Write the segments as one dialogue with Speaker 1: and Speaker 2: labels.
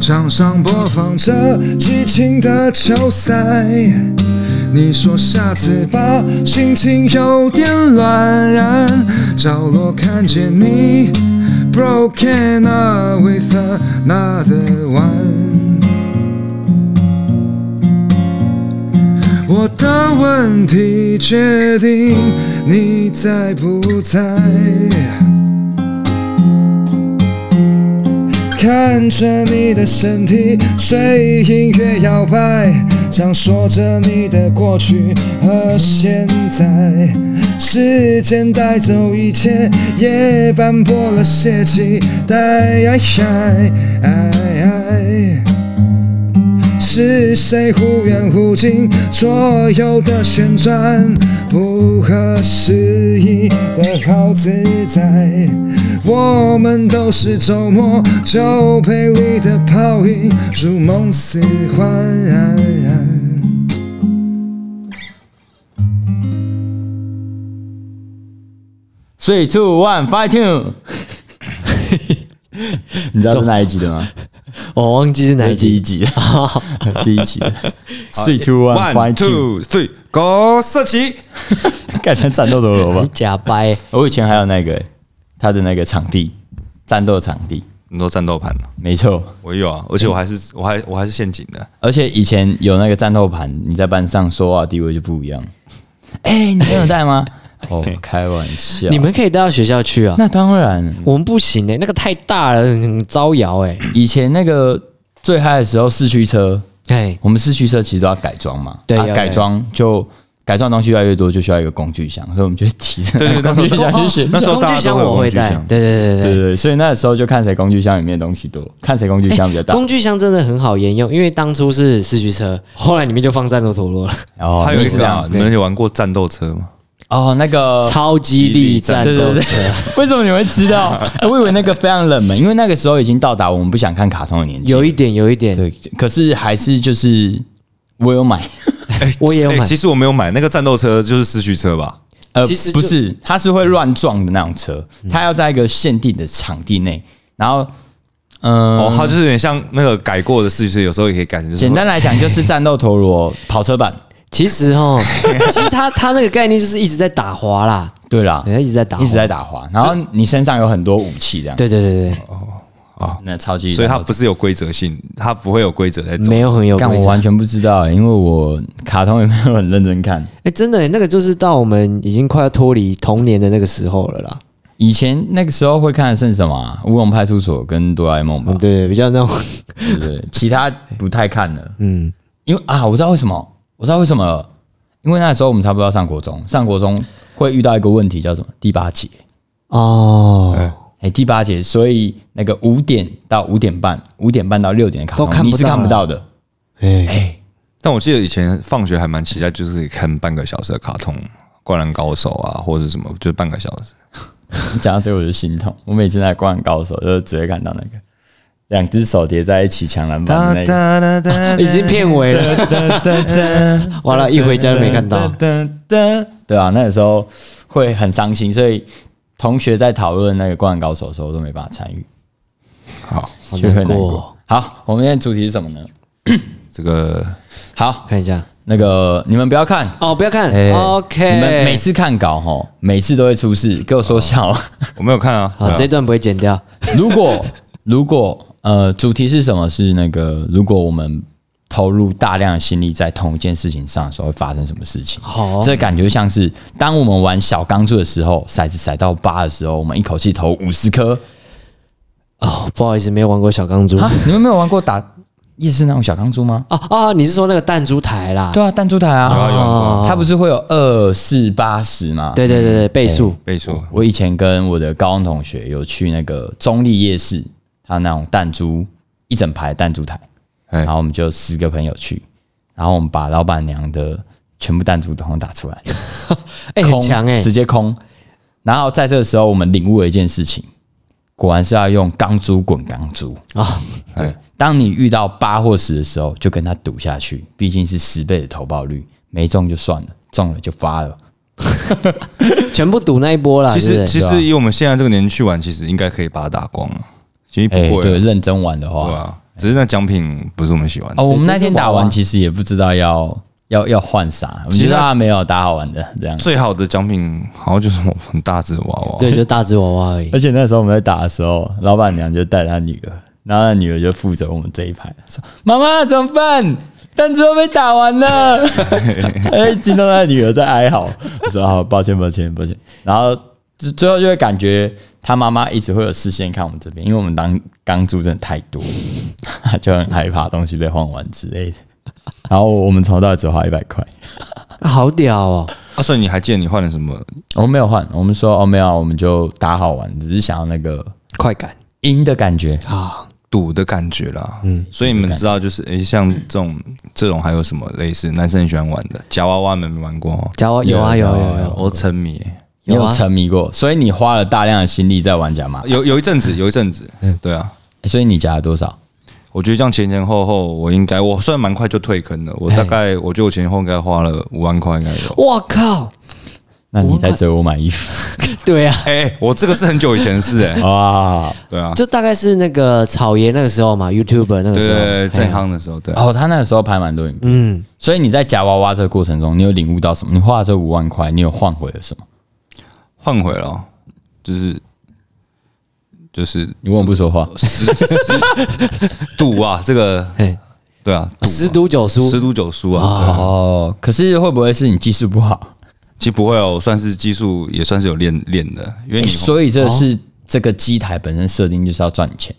Speaker 1: 场上播放着激情的球赛。你说下次吧，心情有点乱。角落看见你，broken up with another one。我的问题决定你在不在。看着你的身体随音乐摇摆，想说着你的过去和现在。时间带走一切，也斑驳了些期待。哎哎哎哎是谁忽远忽近，左右的旋转，不合时宜的好自在。我们都是周末酒杯里的泡影，如梦似幻。
Speaker 2: Three, two, one, fight you！你知道是哪一集的 吗？
Speaker 3: 我忘记是哪一
Speaker 2: 第
Speaker 3: 集
Speaker 2: 一集， 第一集。Three, two, one,
Speaker 1: One
Speaker 2: fight
Speaker 1: two
Speaker 2: you！
Speaker 1: three go 射击！
Speaker 2: 改成战斗陀螺吧。
Speaker 3: 假掰，
Speaker 2: 我以前还有那个他的那个场地，战斗场地，
Speaker 1: 你说战斗盘呢？
Speaker 2: 没错。
Speaker 1: 我有啊，而且我还是我还我还是陷阱的。
Speaker 2: 而且以前有那个战斗盘，你在班上说话地位就不一样。哎、你朋友带 吗？哦，开玩笑。
Speaker 3: 你们可以带到学校去啊。
Speaker 2: 那当然，
Speaker 3: 我们不行哎、那个太大了，很招摇哎、
Speaker 2: 以前那个最嗨的时候，四驱车，
Speaker 3: 哎，
Speaker 2: 我们四驱车其实都要改装嘛。
Speaker 3: 对
Speaker 2: 啊
Speaker 3: 要
Speaker 2: 改装就改装的东西越来越多，就需要一个工具箱，所以我们就提着那
Speaker 1: 对对
Speaker 2: 个
Speaker 1: 那时
Speaker 2: 工
Speaker 1: 候
Speaker 2: 具箱去选。
Speaker 1: 那时候
Speaker 3: 工
Speaker 1: 大
Speaker 3: 具
Speaker 1: 家
Speaker 3: 箱
Speaker 1: 都有
Speaker 3: 我会
Speaker 1: 工具
Speaker 3: 带
Speaker 1: 箱，
Speaker 3: 对对对
Speaker 2: 对
Speaker 3: 对
Speaker 2: 对对，所以那时候就看谁工具箱里面的东西多，看谁工具箱比较
Speaker 3: 对，
Speaker 2: 大。
Speaker 3: 工具箱真的很好沿用，因为当初是四驱车，后来里面就放战斗陀螺了，
Speaker 2: 然 后
Speaker 1: 还有一
Speaker 2: 哦这
Speaker 1: 个
Speaker 2: 样
Speaker 1: 啊，你们有玩过战斗车吗？
Speaker 2: 哦，那个
Speaker 3: 超激励战
Speaker 2: 对
Speaker 3: 斗
Speaker 2: 对对
Speaker 3: 车，
Speaker 2: 为什么你会知道？哎我以为那个非常冷门，因为那个时候已经到达我们不想看卡通的年纪。
Speaker 3: 有一点有一点，
Speaker 2: 对，可是还是就是我有买，
Speaker 3: 我也有
Speaker 1: 哎
Speaker 3: 买
Speaker 1: 其实我没有买那个战斗车，就是四驱车吧？
Speaker 2: 呃
Speaker 3: 其实，就
Speaker 2: 不是，它是会乱撞的那种车，它要在一个限定的场地内，然后，嗯、
Speaker 1: 哦，它就是有点像那个改过的四驱车，有时候也可以改成就是
Speaker 2: 简单来讲就是战斗陀螺跑车版。
Speaker 3: 其实哦，其实它它那个概念就是一直在打滑啦，
Speaker 2: 对啦，
Speaker 3: 对一直在哎打滑
Speaker 2: 一直在打滑，然后你身上有很多武器这样。，
Speaker 3: 对对对对
Speaker 2: 那超级，
Speaker 1: 所以它不是有规则性，它不会有规则在
Speaker 3: 对，
Speaker 1: 走。
Speaker 3: 没有很有
Speaker 2: 干，
Speaker 3: 规
Speaker 2: 我
Speaker 3: 则。
Speaker 2: 完全不知道、因为我卡通也没有很认真看。
Speaker 3: 哎、真的、欸，那个就是到我们已经快要脱离童年的那个时候了啦。
Speaker 2: 以前那个时候会看的剩什么、啊？乌龙派出所跟哆啦 A 梦吧
Speaker 3: 嗯，，对，比较那种，
Speaker 2: 对不对？其他不太看了。
Speaker 3: 嗯，
Speaker 2: 因为啊，我知道为什么，我知道为什么了，因为那时候我们差不多要上国中，上国中会遇到一个问题叫什么？第八节，
Speaker 3: 哦，
Speaker 2: 哎、第八节，所以那个五点到五点半，五点半到六点的卡通
Speaker 3: 都看不
Speaker 2: 你是
Speaker 3: 到
Speaker 2: 看不
Speaker 3: 了
Speaker 2: 到的，
Speaker 3: 哎、
Speaker 1: 但我记得以前放学还蛮期待，就是可以看半个小时的卡通《灌篮高手》啊，或者什么，就是半个小时。
Speaker 2: 讲到这个我就心痛，我每次在《灌篮高手》就只会看到那个两只手叠在一起抢篮板的那个。
Speaker 1: 哒
Speaker 4: 哎
Speaker 1: 哒
Speaker 3: 已经片尾了，完了，一回家就没看到。
Speaker 2: 对啊，那个时候会很伤心，所以同学在讨论那个《灌篮高手》的时候，我都没办法参与，
Speaker 1: 好，
Speaker 3: 好
Speaker 2: 就会
Speaker 3: 难
Speaker 2: 难
Speaker 3: 过
Speaker 2: 过
Speaker 3: 哦。。
Speaker 2: 好，我们今天主题是什么呢？
Speaker 1: 这个
Speaker 2: 好，
Speaker 3: 看一下
Speaker 2: 那个你们不要看。
Speaker 3: 哦，不要看。
Speaker 2: 哎
Speaker 3: OK，
Speaker 2: 你们每次看稿吼，每次都会出事，给我说笑。
Speaker 1: 我没有看啊。
Speaker 3: 好，这
Speaker 1: 对啊
Speaker 3: 段不会剪掉。
Speaker 2: 如果如果呃，主题是什么？是那个如果我们投入大量的心力在同一件事情上的时候，会发生什么事情？
Speaker 3: 好
Speaker 2: 这感觉像是当我们玩小钢珠的时候，骰子骰到八的时候，我们一口气投五十颗。
Speaker 3: 哦，不好意思，没有玩过小钢珠。
Speaker 2: 啊
Speaker 3: 哦，
Speaker 2: 你们没有玩过打夜市那种小钢珠吗？
Speaker 3: 哦，你是说那个弹珠台啦？哦
Speaker 2: 对啊，弹珠台啊，
Speaker 1: 有啊有玩
Speaker 2: 它不是会有二四八十吗？
Speaker 3: 对对对对，倍数。
Speaker 1: 背书，
Speaker 2: 我以前跟我的高中同学有去那个中立夜市，他那种弹珠一整排弹珠台，
Speaker 1: 哎
Speaker 2: 然后我们就十个朋友去，然后我们把老板娘的全部弹珠统统打出来，
Speaker 3: 哎，很强哎
Speaker 2: 直。接空。然后在这个时候，我们领悟了一件事情，果然是要用钢珠滚钢珠。
Speaker 3: 啊，
Speaker 1: 哎，
Speaker 2: 当你遇到八或十的时候，就跟他赌下去，毕竟是十倍的投报率，没中就算了，中了就发了。
Speaker 3: 全部赌那一波啦。
Speaker 1: 其
Speaker 3: 啊对
Speaker 1: 实
Speaker 3: 不对
Speaker 1: 其
Speaker 4: 啊
Speaker 1: 实以我们现在这个年纪去玩，其实应该可以把它打光了，其实不
Speaker 2: 哎、
Speaker 1: 会
Speaker 2: 对，
Speaker 1: 啊，
Speaker 2: 认真玩的
Speaker 1: 对
Speaker 2: 话，
Speaker 1: 吧？
Speaker 4: 只是那奖品不是我们喜欢的
Speaker 2: 哦，。我们那
Speaker 3: 这是
Speaker 2: 天打
Speaker 3: 娃娃
Speaker 2: 完其实也不知道要要要换啥，我们
Speaker 4: 其
Speaker 2: 知
Speaker 4: 实
Speaker 2: 道
Speaker 4: 它
Speaker 2: 它没有打好玩的这样。
Speaker 4: 最好的奖品好像就是很大只的娃娃，
Speaker 3: 对，就大只娃娃而已。
Speaker 2: 而且那时候我们在打的时候，老板娘就带她女儿，然后那女儿就负责我们这一排，说：“妈妈怎么办？弹珠要被打完了。”哎，听到她女儿在哀嚎，我说：“好，抱歉，抱歉，抱歉。”然后最最后就会感觉她妈妈一直会有视线看我们这边，因为我们当刚珠真的太多，她就很害怕东西被换完之类的。然后我们从头到尾只花一百块，
Speaker 3: 啊好屌哦！
Speaker 4: 啊，所以你还记得你换了什么？
Speaker 2: 我们没有换，我们说哦没有啊，我们就打好玩，只是想要那个
Speaker 3: 快感
Speaker 2: 赢的感觉。
Speaker 3: 啊，
Speaker 4: 赌的感觉啦，嗯，所以你们知道就是，诶、像这种这种还有什么类似男生很喜欢玩的夹娃娃，你们没玩过哦？
Speaker 3: 夹娃有啊有
Speaker 2: 有
Speaker 3: 啊
Speaker 2: 啊
Speaker 3: 有啊有啊
Speaker 4: 我沉迷，
Speaker 2: 你
Speaker 3: 有
Speaker 2: 有
Speaker 3: 啊，
Speaker 2: 沉迷过，所以你花了大量的心力在玩假马，哎
Speaker 4: 有有一阵 子，有一阵子，
Speaker 3: 嗯
Speaker 4: 对啊，
Speaker 2: 所以你夹了多少？
Speaker 4: 我觉得这样前前后后，我应该我算蛮快就退坑了，我大
Speaker 3: 哎
Speaker 4: 概我觉得我前前后后应该花了五万块应该有。
Speaker 3: 我靠！
Speaker 2: 那你在追我买衣服
Speaker 3: 对啊，
Speaker 4: 哎、我这个是很久以前的事哎、
Speaker 2: 啊？
Speaker 4: 对啊，
Speaker 3: 就大概是那个草爷那个时候嘛，YouTuber 那个
Speaker 4: 对
Speaker 3: 时
Speaker 4: 对
Speaker 3: 候，
Speaker 4: 对，
Speaker 3: 嘿
Speaker 4: 正夯的时候，对啊、
Speaker 2: 哦，他那个时候拍蛮多影片，
Speaker 3: 嗯，
Speaker 2: 所以你在夹娃娃这个过程中，你有领悟到什么？你花了这五万块，你有换回了什么？
Speaker 4: 换回了哦，就是就是
Speaker 2: 你问我不说话，
Speaker 4: 十十赌啊，这个
Speaker 3: 嘿，
Speaker 4: 对啊，赌啊
Speaker 3: 十赌九输
Speaker 4: 十赌九输啊，对啊
Speaker 2: 哦，可是会不会是你技术不好？
Speaker 4: 其实不会哦，我算是技术也算是有练练的，因为
Speaker 3: 哎
Speaker 4: 你
Speaker 2: 所以这是这个机台本身设定就是要赚钱，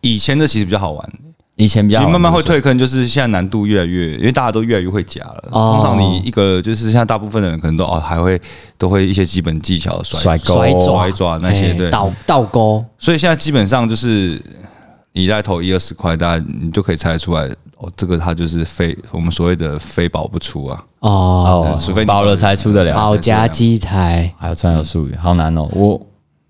Speaker 4: 以前的其实比较好玩，
Speaker 2: 以前比
Speaker 4: 其
Speaker 2: 较
Speaker 4: 实
Speaker 2: 好
Speaker 4: 慢慢会退坑，就是现在难度越来越，因为大家都越来越会夹了。
Speaker 3: 哦
Speaker 4: 通常你一个就是现在大部分的人可能都哦还会都会一些基本技巧
Speaker 2: 甩
Speaker 4: 甩
Speaker 2: 钩
Speaker 4: 甩抓甩抓啊那些
Speaker 3: 嘿
Speaker 4: 对，
Speaker 3: 倒倒钩，
Speaker 4: 所以现在基本上就是你在投一二十块，大家你就可以猜得出来哦，这个它就是非我们所谓的非保不出啊。
Speaker 3: 哦，
Speaker 2: 哦，
Speaker 4: 除非你
Speaker 2: 包了才出得了，
Speaker 3: 保夹机台，
Speaker 2: 还有专有术语，好难哦。我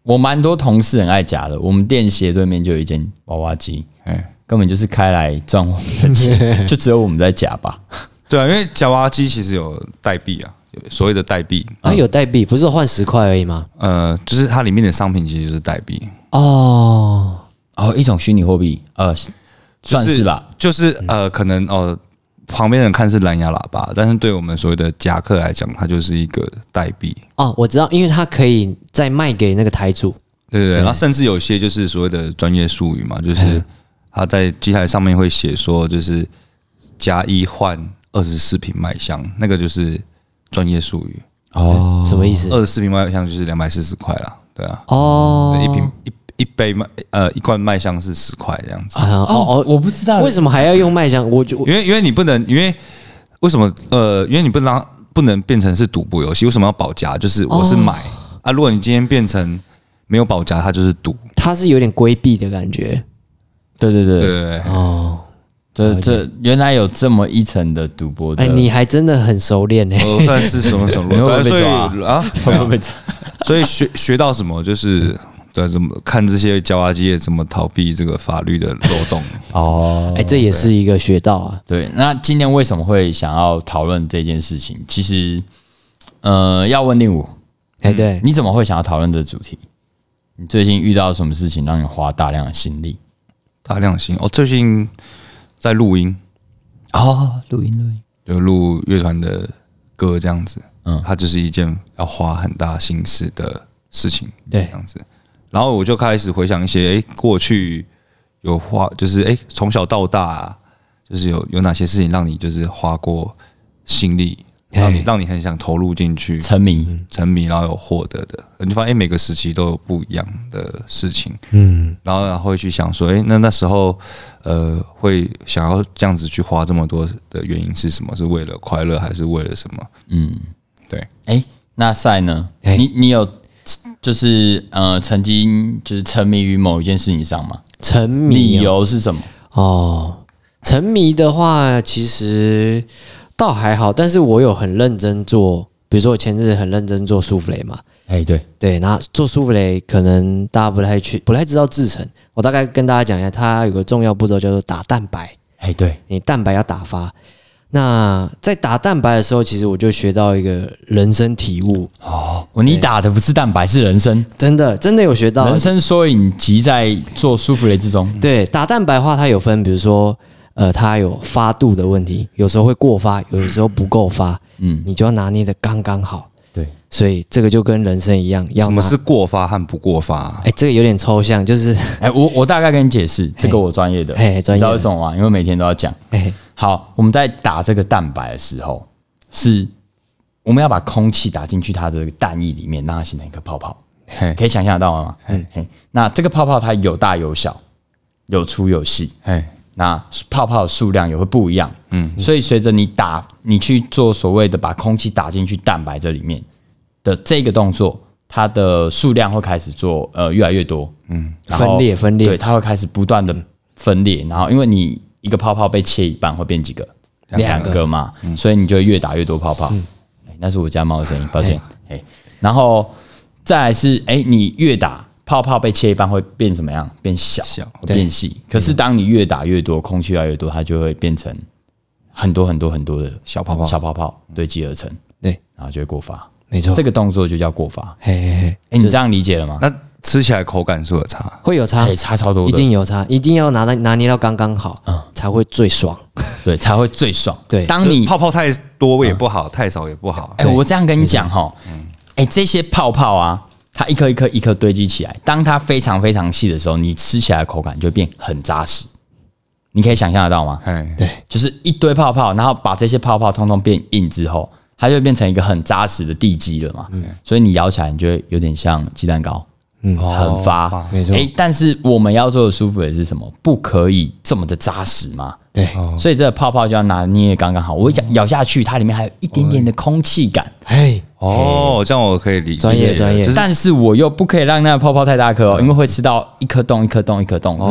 Speaker 2: 我蛮多同事很爱夹的，我们店斜对面就有一间娃娃机，
Speaker 4: 哎，
Speaker 2: 根本就是开来赚我们的 钱，就只有我们在夹吧。
Speaker 4: 对啊，因为夹娃娃机其实有代币啊，有所谓的代币，
Speaker 3: 啊，有代币，不是换十块而已吗？
Speaker 4: 呃，就是它里面的商品其实就是代币，
Speaker 3: 哦，
Speaker 2: 哦，一种虚拟货币，呃，算是吧。
Speaker 4: 就是呃，可能哦，旁边人看是蓝牙喇叭，但是对我们所谓的夹克来讲，它就是一个代币，
Speaker 3: 哦，我知道，因为它可以再卖给那个台主，
Speaker 4: 对对对。
Speaker 3: 嗯
Speaker 4: 然后甚至有些就是所谓的专业术语嘛，就是它在机台上面会写说，就是加一换二十四瓶麦香，那个就是专业术语。
Speaker 2: 哦，
Speaker 3: 什么意思？
Speaker 4: 二十四瓶麦香就是两百四十块啦，对啊，
Speaker 3: 哦，
Speaker 4: 一瓶一一杯麦呃一罐麦香是十块这样子。
Speaker 3: 啊哦
Speaker 2: 我不知道
Speaker 3: 哦，为什么还要用麦香？我就
Speaker 4: 嗯因为因为你不能，因为为什么？呃，因为你不能让不能变成是赌博游戏，为什么要保夹？就是我
Speaker 3: 哦
Speaker 4: 是买、啊，如果你今天变成没有保夹，它就是赌。
Speaker 3: 它是有点规避的感觉
Speaker 2: 对对
Speaker 4: 对
Speaker 2: 对，
Speaker 4: 对对，
Speaker 3: 哦。
Speaker 2: 这这原来有这么一层的赌博的。
Speaker 3: 哎，你还真的很熟练 呢。
Speaker 4: 我哦算是什么 什么
Speaker 2: 你会不会
Speaker 4: 对
Speaker 2: 被
Speaker 4: 所以
Speaker 2: 抓
Speaker 4: 啊，
Speaker 2: 会不会被查？
Speaker 4: 所以学学到什么就是。对，怎么看这些交娃机也怎么逃避这个法律的漏洞？
Speaker 2: 哦，
Speaker 3: 哎，这也是一个学道啊。
Speaker 2: 对，那今天为什么会想要讨论这件事情？其实，呃，要问令武，
Speaker 3: 哎，对，
Speaker 2: 你怎么会想要讨论这主题？你最近遇到什么事情让你花大量的心力？
Speaker 4: 大量性哦，最近在录音，
Speaker 2: 哦，录音录音，
Speaker 4: 就录乐团的歌这样子，嗯
Speaker 2: 嗯，
Speaker 4: 它就是一件要花很大心思的事情，
Speaker 3: 对
Speaker 4: 这样子。然后我就开始回想一些，诶，过去有花，就是诶，从小到大、啊就是有有哪些事情让你就是花过心力，让你
Speaker 3: 嘿
Speaker 4: 让你很想投入进去，
Speaker 2: 沉迷。
Speaker 4: 沉迷，然后有获得的，你就发现、诶每个时期都有不一样的事情，
Speaker 3: 嗯，
Speaker 4: 然后然后会去想说，诶，那那时候呃会想要这样子去花这么多的原因是什么？是为了快乐还是为了什么？
Speaker 3: 嗯
Speaker 2: 哎、那赛呢？
Speaker 3: 哎
Speaker 2: 你你有就是呃，曾经就是沉迷于某一件事情上吗？
Speaker 3: 沉迷
Speaker 2: 理
Speaker 3: 哦
Speaker 2: 由是什么？
Speaker 3: 哦，沉迷的话其实倒还好，但是我有很认真做，比如说我前日很认真做舒芙蕾嘛，
Speaker 2: 哎、对，
Speaker 3: 对，那做舒芙蕾可能大家不太去，不太知道制成。我大概跟大家讲一下，它有个重要步骤叫做打蛋白，
Speaker 2: 哎、对，
Speaker 3: 你蛋白要打发。那在打蛋白的时候，其实我就学到一个人生体悟，
Speaker 2: 哦，你打的不是蛋白，是人参，
Speaker 3: 真的真的有学到
Speaker 2: 人，参缩影集在做舒芙蕾之中。
Speaker 3: 对，打蛋白的话，它有分，比如说，呃，它有发度的问题，有时候会过发，有时候不够发，嗯，你就要拿捏的刚刚好。
Speaker 2: 对，
Speaker 3: 所以这个就跟人生一样，要
Speaker 4: 什么
Speaker 3: 拿
Speaker 4: 是？过发和不过发
Speaker 3: 哎、？这个有点抽象，就是，
Speaker 2: 哎，我我大概跟你解释，这个我专业的，
Speaker 3: 嘿
Speaker 2: 你
Speaker 3: 专
Speaker 2: 知
Speaker 3: 业的
Speaker 2: 道为什么吗？因为每天都要讲。
Speaker 3: 哎、
Speaker 2: 好，我们在打这个蛋白的时候，是我们要把空气打进去它的蛋液里面，让它形成一个泡泡。
Speaker 4: 嘿，
Speaker 2: 可以想象得到吗？嗯，嘿，那这个泡泡它有大有小，有粗有细，
Speaker 4: 嘿，
Speaker 2: 那泡泡的数量也会不一样。嗯，所以随着你打，你去做所谓的把空气打进去蛋白这里面的这个动作，它的数量会开始做呃越来越多。嗯，
Speaker 3: 分裂分裂
Speaker 2: 对，它会开始不断的分裂，然后因为你一个泡泡被切一半会变几个，两个嘛，所以你就会越打越多泡泡。哎那是我家猫的声音，抱歉。哎，然后再来是哎，你越打泡泡被切一半会变怎么样？变小，
Speaker 4: 小
Speaker 2: 会变细。可是当你越打越多，空气越来越多，它就会变成很多很多很多的
Speaker 4: 小泡泡
Speaker 2: 小泡泡堆积而成，
Speaker 3: 对，哦
Speaker 2: 然后就会过发。
Speaker 3: 没错，
Speaker 2: 这
Speaker 3: 个，
Speaker 2: 个动作就叫过发。
Speaker 3: 嘿嘿嘿，
Speaker 2: 哎，你这样理解了吗？
Speaker 4: 那吃起来口感是有差，
Speaker 3: 会有差
Speaker 2: 哎，，差超多啊
Speaker 3: 一
Speaker 2: 的，
Speaker 3: 定有差，一定要拿到拿捏到刚刚好，才会最爽。
Speaker 2: 对才会最爽。
Speaker 3: 对
Speaker 2: 当你嗯
Speaker 4: 泡泡太多也不好，太少也不好。
Speaker 2: 哎、我这样跟你讲哈，
Speaker 3: 嗯
Speaker 2: 哎、这些泡泡啊，它一颗一颗一颗堆积起来，当它非常非常细的时候，你吃起来的口感就变很扎实。你可以想象得到吗？
Speaker 4: 哎，
Speaker 3: 对
Speaker 2: 就是一堆泡泡，然后把这些泡泡通通变硬之后，它就变成一个很扎实的地基了嘛。
Speaker 3: 嗯
Speaker 2: 所以你咬起来，你就会有点像鸡蛋糕，嗯，很发。
Speaker 4: 发
Speaker 3: 哦没错
Speaker 2: 哎、但是我们要做的舒服的是什么？不可以这么的扎实嘛。
Speaker 3: 对，
Speaker 2: 所以这个泡泡就要拿捏得刚刚好。我一咬
Speaker 3: 嗯
Speaker 2: 咬下去，它里面还有一点点的空气感。
Speaker 3: 哎，
Speaker 4: 哦，这样我可以理
Speaker 3: 专业
Speaker 4: 理解
Speaker 3: 专业
Speaker 4: 就是
Speaker 2: 但是我又不可以让那个泡泡太大颗哦，因为会吃到一颗洞一颗洞一颗洞，哦，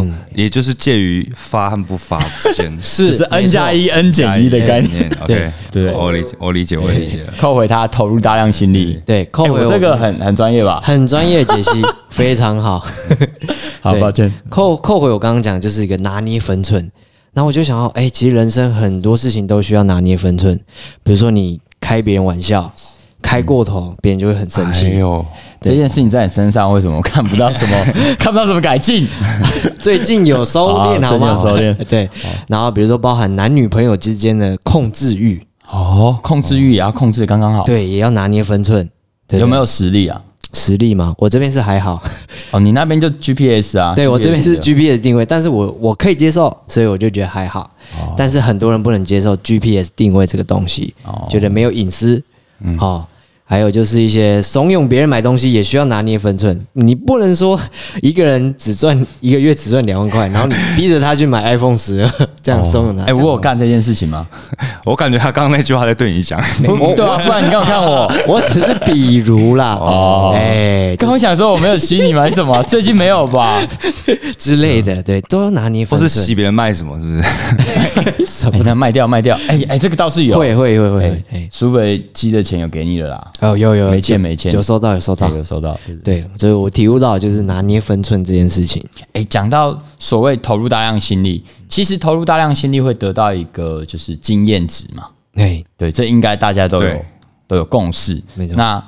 Speaker 4: 哦，也就是介于发和不发之间
Speaker 2: 就是是 n 加一 n 减一的概
Speaker 4: 概
Speaker 2: 念。
Speaker 4: 念。OK，
Speaker 2: 对
Speaker 4: 我理解，我理解，我理解了。
Speaker 2: 扣回他投入大量心力，
Speaker 3: 对，扣
Speaker 2: 哎
Speaker 3: 回
Speaker 2: 我这个很很专业 吧？
Speaker 3: 很专业解析，非常好。
Speaker 2: 好，
Speaker 3: 对
Speaker 2: 抱歉。
Speaker 3: 扣扣回我刚刚讲，就是一个拿捏分寸。然后我就想到，哎、其实人生很多事情都需要拿捏分寸，比如说你开别人玩笑，开过头，别人就会很生
Speaker 2: 哎
Speaker 3: 气。
Speaker 4: 呦，
Speaker 2: 这件事情在你身上为什么看不到什 么看不到什么改进？
Speaker 3: 最近有收敛，
Speaker 2: 好
Speaker 3: 好吗？
Speaker 2: 最近有收敛
Speaker 3: 对，然后比如说包含男女朋友之间的控制欲，
Speaker 2: 哦，控制欲也要控制得刚刚好，
Speaker 3: 对，也要拿捏分寸。对
Speaker 2: 有没有实力啊？
Speaker 3: 实力嘛？我这边是还好，
Speaker 2: 哦，你那边就 GPS 啊？
Speaker 3: 对我
Speaker 2: GPS
Speaker 3: 这边是
Speaker 2: 的
Speaker 3: GPS 的定位，但是我我可以接受，所以我就觉得还好。
Speaker 2: 哦
Speaker 3: 但是很多人不能接受 GPS 定位这个东西，觉得没有隐私。
Speaker 2: 嗯
Speaker 3: 哦，还有就是一些怂恿别人买东西，也需要拿捏分寸。你不能说一个人只赚一个月只赚两 万块，然后你逼着他去买 iPhone 十，这样怂恿他。
Speaker 2: 哎，我有干这件事情吗？
Speaker 4: 我感觉他刚刚那句话在对你讲，
Speaker 2: 不对啊，不然你刚看 我，
Speaker 3: 我只是比如啦，
Speaker 2: 哦
Speaker 3: 哎，
Speaker 2: 刚刚想说我没有洗你买什么，最近没有吧？
Speaker 3: 之类
Speaker 2: 嗯
Speaker 3: 的，对，都要拿捏
Speaker 4: 或
Speaker 3: 分
Speaker 4: 是
Speaker 3: 寸。
Speaker 4: 洗别人卖什么，是不是？
Speaker 2: 什么？那卖掉卖掉？哎哎，这个倒是有，
Speaker 3: 会会会会，哎
Speaker 2: 哎，，苏北鸡的钱有给你了啦，
Speaker 3: 哦，有有
Speaker 2: 没欠没欠
Speaker 3: 有收到有收到
Speaker 2: 这，个收到。
Speaker 3: 对，所以我体悟到就是拿捏分寸这件事情。
Speaker 2: 哎，讲到所谓投入大量心力，其实投入大量心力会得到一个就是经验值嘛，
Speaker 3: 哎，
Speaker 2: 对，这应该大家都有
Speaker 4: 对
Speaker 2: 都有共识。
Speaker 3: 没错
Speaker 2: 那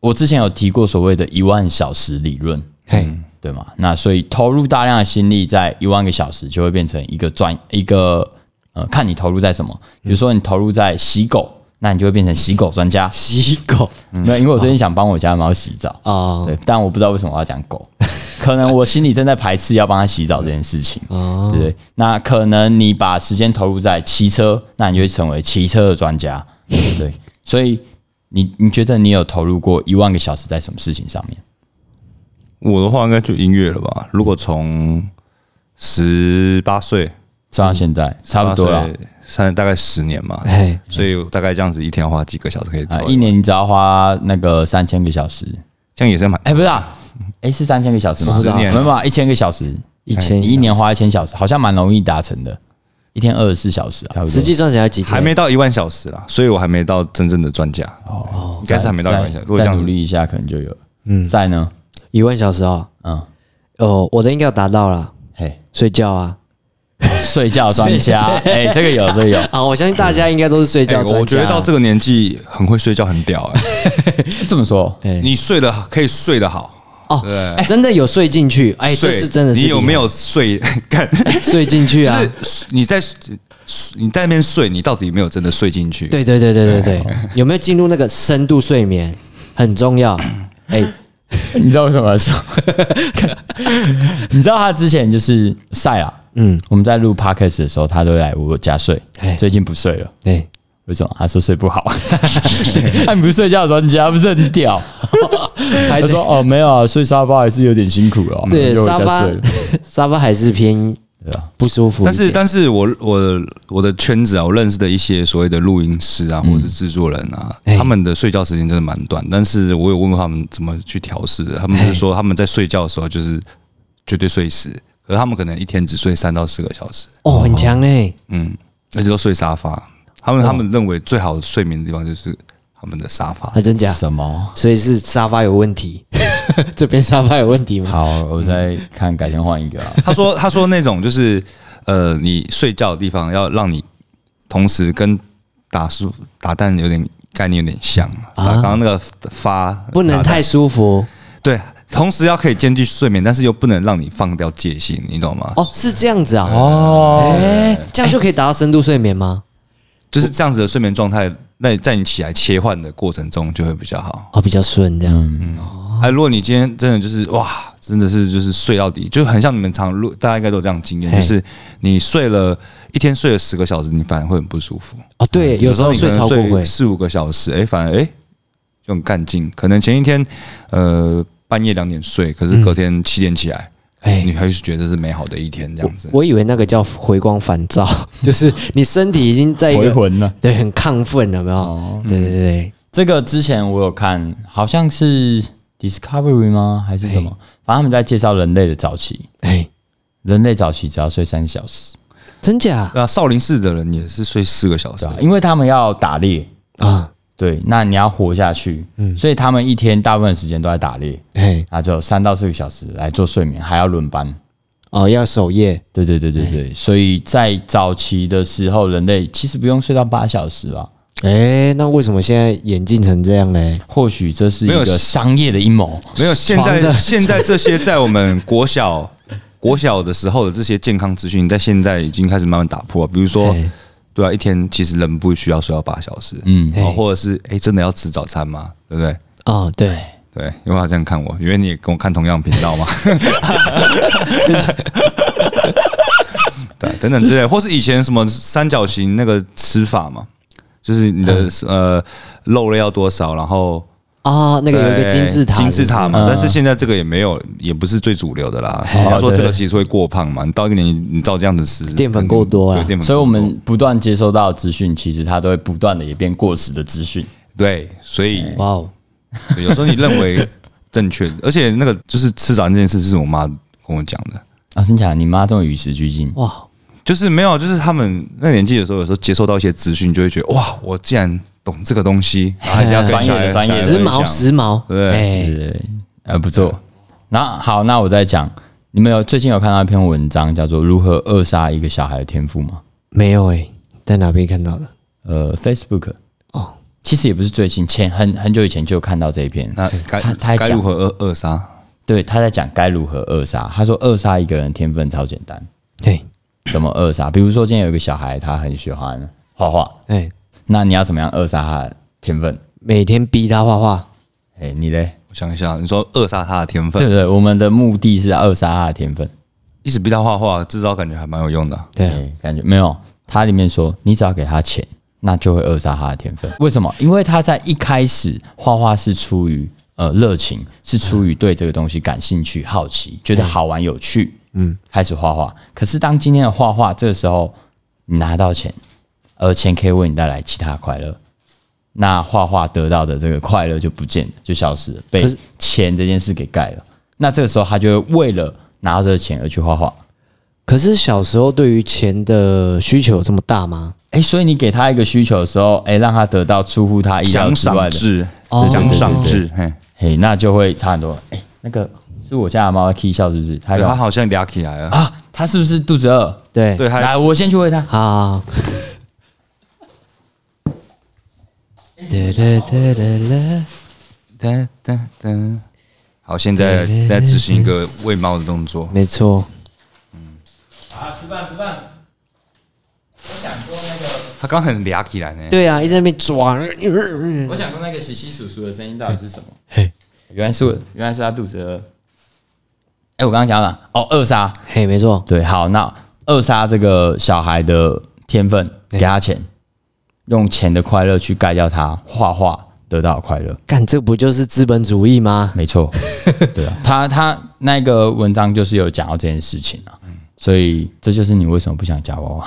Speaker 2: 我之前有提过所谓的一万小时理论，
Speaker 4: 嗯
Speaker 3: 嘿，
Speaker 2: 对吗？那所以投入大量的心力在一万个小时，就会变成一个专一个呃，看你投入在什么。比如说你投入在洗狗，那你就会变成洗狗专家。嗯
Speaker 3: 洗狗
Speaker 2: 没有，因为我最近想帮我家的猫洗澡，
Speaker 3: 哦，
Speaker 2: 对，但我不知道为什么我要讲狗， 可能我心里正在排斥要帮它洗澡这件事情，对不对？那可能你把时间投入在骑车，那你就会成为骑车的专家，对。所以你你觉得你有投入过一万个小时在什么事情上面？
Speaker 4: 我的话应该就音乐了吧？如果从十八岁
Speaker 2: 算到现在差不多了，，
Speaker 4: 三大概十年嘛，
Speaker 3: 哎，
Speaker 4: 所以我大概这样子一天花几个小时可以
Speaker 2: 啊
Speaker 4: 做，，
Speaker 2: 一年你只要花那个三千个小时，
Speaker 4: 这样也是蛮
Speaker 2: 哎，不是啊，哎是三千个小时吗？啊
Speaker 4: 十年
Speaker 2: 没有吧，一千个小时，
Speaker 3: 一
Speaker 4: 哎
Speaker 3: 千
Speaker 2: 你一年花一千小时，好像蛮容易达成的，一天二十四小时啊，差不多
Speaker 3: 实际算起来有几天？
Speaker 4: 还没到一万小时啦，所以我还没到真正的专家，哦，应该是还没到一万小时。如果这
Speaker 2: 再
Speaker 4: 样
Speaker 2: 努
Speaker 4: 子，
Speaker 2: 力一下，可能就有。嗯，再呢，
Speaker 3: 一万小时哦，
Speaker 2: 嗯，
Speaker 3: 哦，我的应该有达到了，
Speaker 2: 嘿，
Speaker 3: 睡觉啊，
Speaker 2: 睡觉专家，哎，这个有，这个有，
Speaker 3: 啊，我相信大家应该都是睡觉
Speaker 4: 哎
Speaker 3: 专家。啊
Speaker 4: 我觉得到这个年纪很会睡觉，很屌 哎、
Speaker 2: 这么说，
Speaker 3: 哎
Speaker 4: 你睡得好可以睡得好，
Speaker 3: 哦
Speaker 4: 对，
Speaker 3: 哎真的有睡进去，哎，这
Speaker 4: 睡
Speaker 3: 是真的是
Speaker 4: 你
Speaker 3: 厉害。
Speaker 4: 有没有睡？ 干，
Speaker 3: 睡进去
Speaker 4: 就
Speaker 3: 啊？
Speaker 4: 是你在你在那边睡，你到底有没有真的睡进去？，
Speaker 3: 对对对对对对，
Speaker 4: 哎
Speaker 3: 有没有进入那个深度睡眠很重要。哎，
Speaker 2: 你知道为什么要笑？ 你知道他之前就是晒啊，嗯，我们在录 podcast 的时候，他都会来我家睡
Speaker 3: 哎，
Speaker 2: 最近不睡了，
Speaker 3: 对，
Speaker 2: 为什么？他说睡不好， 他不睡觉的专家不是很屌？他
Speaker 3: 还是
Speaker 2: 说哦，没有啊，睡沙发还是有点辛苦了，
Speaker 3: 对
Speaker 2: 就回
Speaker 3: 沙
Speaker 2: 家
Speaker 3: 发
Speaker 2: 睡了。
Speaker 3: 沙发还是偏不舒服一
Speaker 4: 啊但
Speaker 3: 点。
Speaker 4: 是但是我我的我的圈子啊，我认识的一些所谓的录音师啊，或者是制作人啊，
Speaker 3: 嗯哎
Speaker 4: 他们的睡觉时间真的蛮短。但是我有问过他们怎么去调试的，他们是说
Speaker 3: 哎
Speaker 4: 他们在睡觉的时候就是绝对睡死，可是他们可能一天只睡三到四个小时，
Speaker 3: 哦，很强哎，
Speaker 4: 嗯，而且都睡沙发。他
Speaker 3: 哦
Speaker 4: 们他们认为最好的睡眠的地方就是他们的沙发
Speaker 3: 啊，。真假？
Speaker 2: 什么？
Speaker 3: 所以是沙发有问题， 这边沙发有问题吗？
Speaker 2: 好，我再看，改天换一个啊。
Speaker 4: 他说：“他说那种就是，呃，你睡觉的地方要让你同时跟打输打蛋有点概念有点像，打刚刚那个发
Speaker 3: 啊不能
Speaker 4: 打蛋
Speaker 3: 太舒服
Speaker 4: 对，同时要可以兼具睡眠，但是又不能让你放掉戒心，你懂吗？
Speaker 3: 哦，是这样子啊，
Speaker 2: 哦，
Speaker 3: 哎，这样就可以达到深度睡眠吗？
Speaker 4: 就是这样子的睡眠状态，那你在你起来切换的过程中就会比较好。
Speaker 3: 哦，比较顺这样，哦
Speaker 4: 哎、如果你今天真的就是哇，真的是就是睡到底，就很像你们常录，大家应该都有这样的经验，
Speaker 3: 嘿
Speaker 4: 就是你睡了一天睡了十个小时，你反而会很不舒服。”
Speaker 3: 哦，对，有时候睡超过会
Speaker 4: 四五个小时，哎、反而哎、就很干劲。可能前一天呃半夜两点睡，可是隔天七点起来，
Speaker 3: 哎
Speaker 4: 你还是觉得这是美好的一天这样子。
Speaker 3: 我以为那个叫回光返照， 就是你身体已经在一
Speaker 2: 回
Speaker 3: 个
Speaker 2: 魂了。
Speaker 3: 对很亢奋，有没有？对对对，
Speaker 2: 这个之前我有看，好像是 Discovery 吗？还是什么？
Speaker 4: 哎
Speaker 2: 反正他们在介绍人类的早期，
Speaker 3: 哎，
Speaker 2: 人类早期只要睡三小时，
Speaker 3: 真假
Speaker 4: 对啊，少林寺的人也是睡四个小时
Speaker 2: 对、，啊，因为他们要打猎，
Speaker 3: 啊？
Speaker 2: 对，那你要活下去，
Speaker 4: 嗯
Speaker 2: 所以他们一天大部分时间都在打猎，
Speaker 3: 哎，
Speaker 2: 啊，只有三到四个小时来做睡眠，还要轮班。
Speaker 3: 哦，要守夜，
Speaker 2: 对对对对
Speaker 4: 哎
Speaker 2: 对，所以在早期的时候，人类其实不用睡到八小时吧？
Speaker 3: 哎，那为什么现在演进成这样嘞？
Speaker 2: 或许这是一
Speaker 4: 没有
Speaker 2: 个商业的阴谋。
Speaker 4: 没有现
Speaker 3: 床的
Speaker 4: 在现在这些在我们 国小国小的时候的这些健康资讯，在现在已经开始慢慢打破了。比如说
Speaker 3: 哎，
Speaker 4: 对啊，一天其实人不需要睡到八小时，
Speaker 2: 嗯
Speaker 4: 嗯，哦，或者是哎、真的要吃早餐吗？对不对？
Speaker 3: 哦，对，
Speaker 4: 对，因为他这样看我，因为你也跟我看同样频道嘛。对，等等之类，或是以前什么三角形那个吃法嘛，就是你
Speaker 3: 嗯
Speaker 4: 的、呃肉类要多少，然后
Speaker 3: 哦，那个有一个
Speaker 4: 对
Speaker 3: 金字塔，
Speaker 4: 金字塔
Speaker 3: 嘛，
Speaker 4: 嘛。但是现在这个也没有，也不是最主流的啦。
Speaker 3: 哦
Speaker 4: 你要说这个其实会过胖嘛，你到一个年纪，你照这样子吃，
Speaker 3: 淀粉过多啊啦
Speaker 4: 对淀粉过多
Speaker 2: 所以，我们不断接收到的资讯，其实它都会不断的也变过时的资讯。
Speaker 4: 对，所以
Speaker 3: 哇哦，
Speaker 4: 对有时候你认为正确，而且那个就是吃早餐这件事，是我妈跟我讲的。
Speaker 2: 啊，真假的？你妈这么与时俱进，
Speaker 3: 哇，
Speaker 4: 就是没有，就是他们那年纪的时候，有时候接受到一些资讯，就会觉得哇，我竟然懂这个东西，
Speaker 2: 哎
Speaker 4: 啊然后一定要跟
Speaker 2: 专业的
Speaker 4: 小孩
Speaker 2: 专业的
Speaker 4: 小孩
Speaker 3: 时
Speaker 4: 分
Speaker 3: 髦
Speaker 4: 享
Speaker 3: 时髦，
Speaker 4: 对
Speaker 2: 对
Speaker 3: 哎，
Speaker 2: 对对，呃，不错。那好，那我再讲，你们有最近有看到一篇文章叫做《如何扼杀一个小孩的天赋》吗？
Speaker 3: 没有哎，在哪边看到的？
Speaker 2: 呃，Facebook
Speaker 3: 哦，
Speaker 2: 其实也不是最近，前很很久以前就有看到这一篇。
Speaker 4: 那
Speaker 2: 哎他他还讲
Speaker 4: 该该如何扼扼杀？
Speaker 2: 对，他在讲该如何扼杀。他说扼杀一个人的天分超简单，
Speaker 3: 哎
Speaker 2: 怎么扼杀？比如说今天有一个小孩，他很喜欢画画，
Speaker 3: 哎，
Speaker 2: 那你要怎么样扼杀他的天分？
Speaker 3: 每天逼他画画，
Speaker 2: 哎、你嘞？
Speaker 4: 我想一下，你说扼杀他的天
Speaker 2: 对
Speaker 4: 分，
Speaker 2: 不对？我们的目的是要扼杀他的天分。
Speaker 4: 一直逼他画画，这招感觉还蛮有用的啊。
Speaker 3: 对啊，
Speaker 2: 哎，感觉没有。它里面说，你只要给他钱，那就会扼杀他的天分。为什么？因为他在一开始画画是出于呃热情，是出于对这个东西感兴趣、好奇，觉得好玩有趣，嗯，开始画画。可是当今天的画画，这个时候你拿到钱，而钱可以为你带来其他的快乐。那画画得到的这个快乐就不见了，就消失了，被
Speaker 3: 可是
Speaker 2: 钱这件事给盖了。那这个时候，他就会为了拿到这个钱而去画画。
Speaker 3: 可是小时候对于钱的需求有这么大吗？
Speaker 2: 哎、所以你给他一个需求的时候，哎、让他得到出乎他意料
Speaker 4: 奖
Speaker 2: 之外
Speaker 4: 赏
Speaker 2: 的，
Speaker 4: 制
Speaker 3: 哦，
Speaker 4: 奖赏制，嘿，
Speaker 2: 嘿、那就会差很多。哎、那个是我家的猫 K 笑是不是？它
Speaker 4: 对
Speaker 2: 有
Speaker 4: 他好像俩起来了，
Speaker 2: 啊，他是不是肚子饿？
Speaker 3: 对，
Speaker 4: 对，还
Speaker 2: 来，我先去喂他。
Speaker 3: 好。哒哒哒哒哒。
Speaker 4: 哒哒哒。好，现在在执行一个喂猫的动作。
Speaker 3: 没错，
Speaker 2: 啊，吃饭吃饭。我想过那个，
Speaker 4: 他刚很嗲起来呢。
Speaker 3: 对啊，一直在那边抓，
Speaker 2: 我想过那个洗洗叔叔的声音到底是什么？
Speaker 3: 嘿，
Speaker 2: 原来是我，原来是他肚子饿。哎、我刚刚讲了，哦，扼杀。
Speaker 3: 嘿，没错，
Speaker 2: 对，好，那扼杀这个小孩的天分，给他钱，用钱的快乐去盖掉他画画得到的快乐。
Speaker 3: 干这不就是资本主义吗？
Speaker 2: 没错，对啊，他他那个文章就是有讲到这件事情啊，所以这就是你为什么不想夹娃娃，